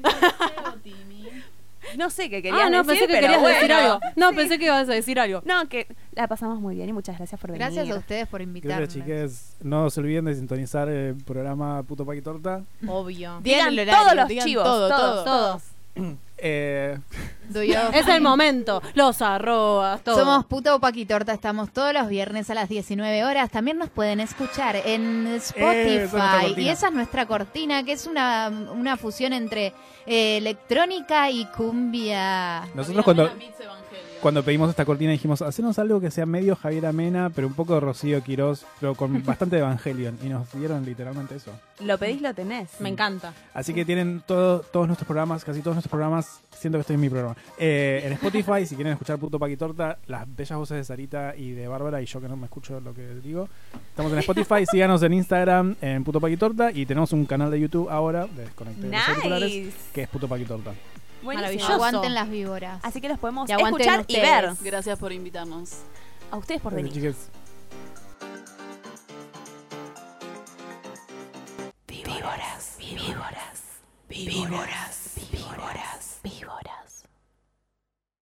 S4: No sé qué querías
S3: Ah, no,
S4: decir,
S3: pensé que
S4: pero
S3: querías
S4: bueno.
S3: decir algo. No, pensé que ibas a decir algo.
S4: No, que la pasamos muy bien y muchas gracias por venir.
S7: Gracias a ustedes por
S8: Gracias,
S7: invitarme.
S8: chicas. No se olviden de sintonizar el programa Puto Paqui Torta.
S7: Obvio.
S4: Digan
S5: el horario,
S4: todos los
S5: digan
S4: chivos,
S5: todo,
S4: todos,
S5: todo.
S4: todos.
S8: Eh,
S3: Es el momento. Los arrobas, todo.
S7: Somos Puto Paquitorta, estamos todos los viernes a las 19 horas. También nos pueden escuchar en
S15: Eh, esa es nuestra
S7: Spotify.
S15: cortina.
S7: y esa es nuestra cortina, que es una, una fusión entre eh, electrónica y cumbia.
S8: nosotros cuando, cuando pedimos esta cortina dijimos, hacernos algo que sea medio Javier Amena, pero un poco Rocío Quirós,
S5: [laughs]
S8: pero con bastante Evangelion. Y nos dieron literalmente eso.
S4: Lo pedís, lo tenés.
S3: Me encanta.
S8: Así que tienen todo- todos nuestros programas, casi todos nuestros programas. Siento que estoy en mi programa. Eh, en Spotify, si quieren escuchar Puto Paqui Torta, las bellas voces de Sarita y de Bárbara, y yo que no me escucho lo que digo. Estamos
S4: [laughs]
S8: en Spotify, síganos en Instagram, en Puto Paqui Torta, y tenemos un canal de YouTube ahora, desconecté los
S4: Nice.
S8: auriculares, que es Puto Paqui Torta.
S4: Maravilloso.
S7: Aguanten las víboras.
S4: Así que los podemos
S6: Y aguanten
S4: escuchar y
S6: ustedes.
S4: ver.
S6: Gracias por invitarnos.
S4: A ustedes por
S8: Gracias,
S4: venir.
S8: Eh, chicas.
S4: Víboras, víboras, víboras.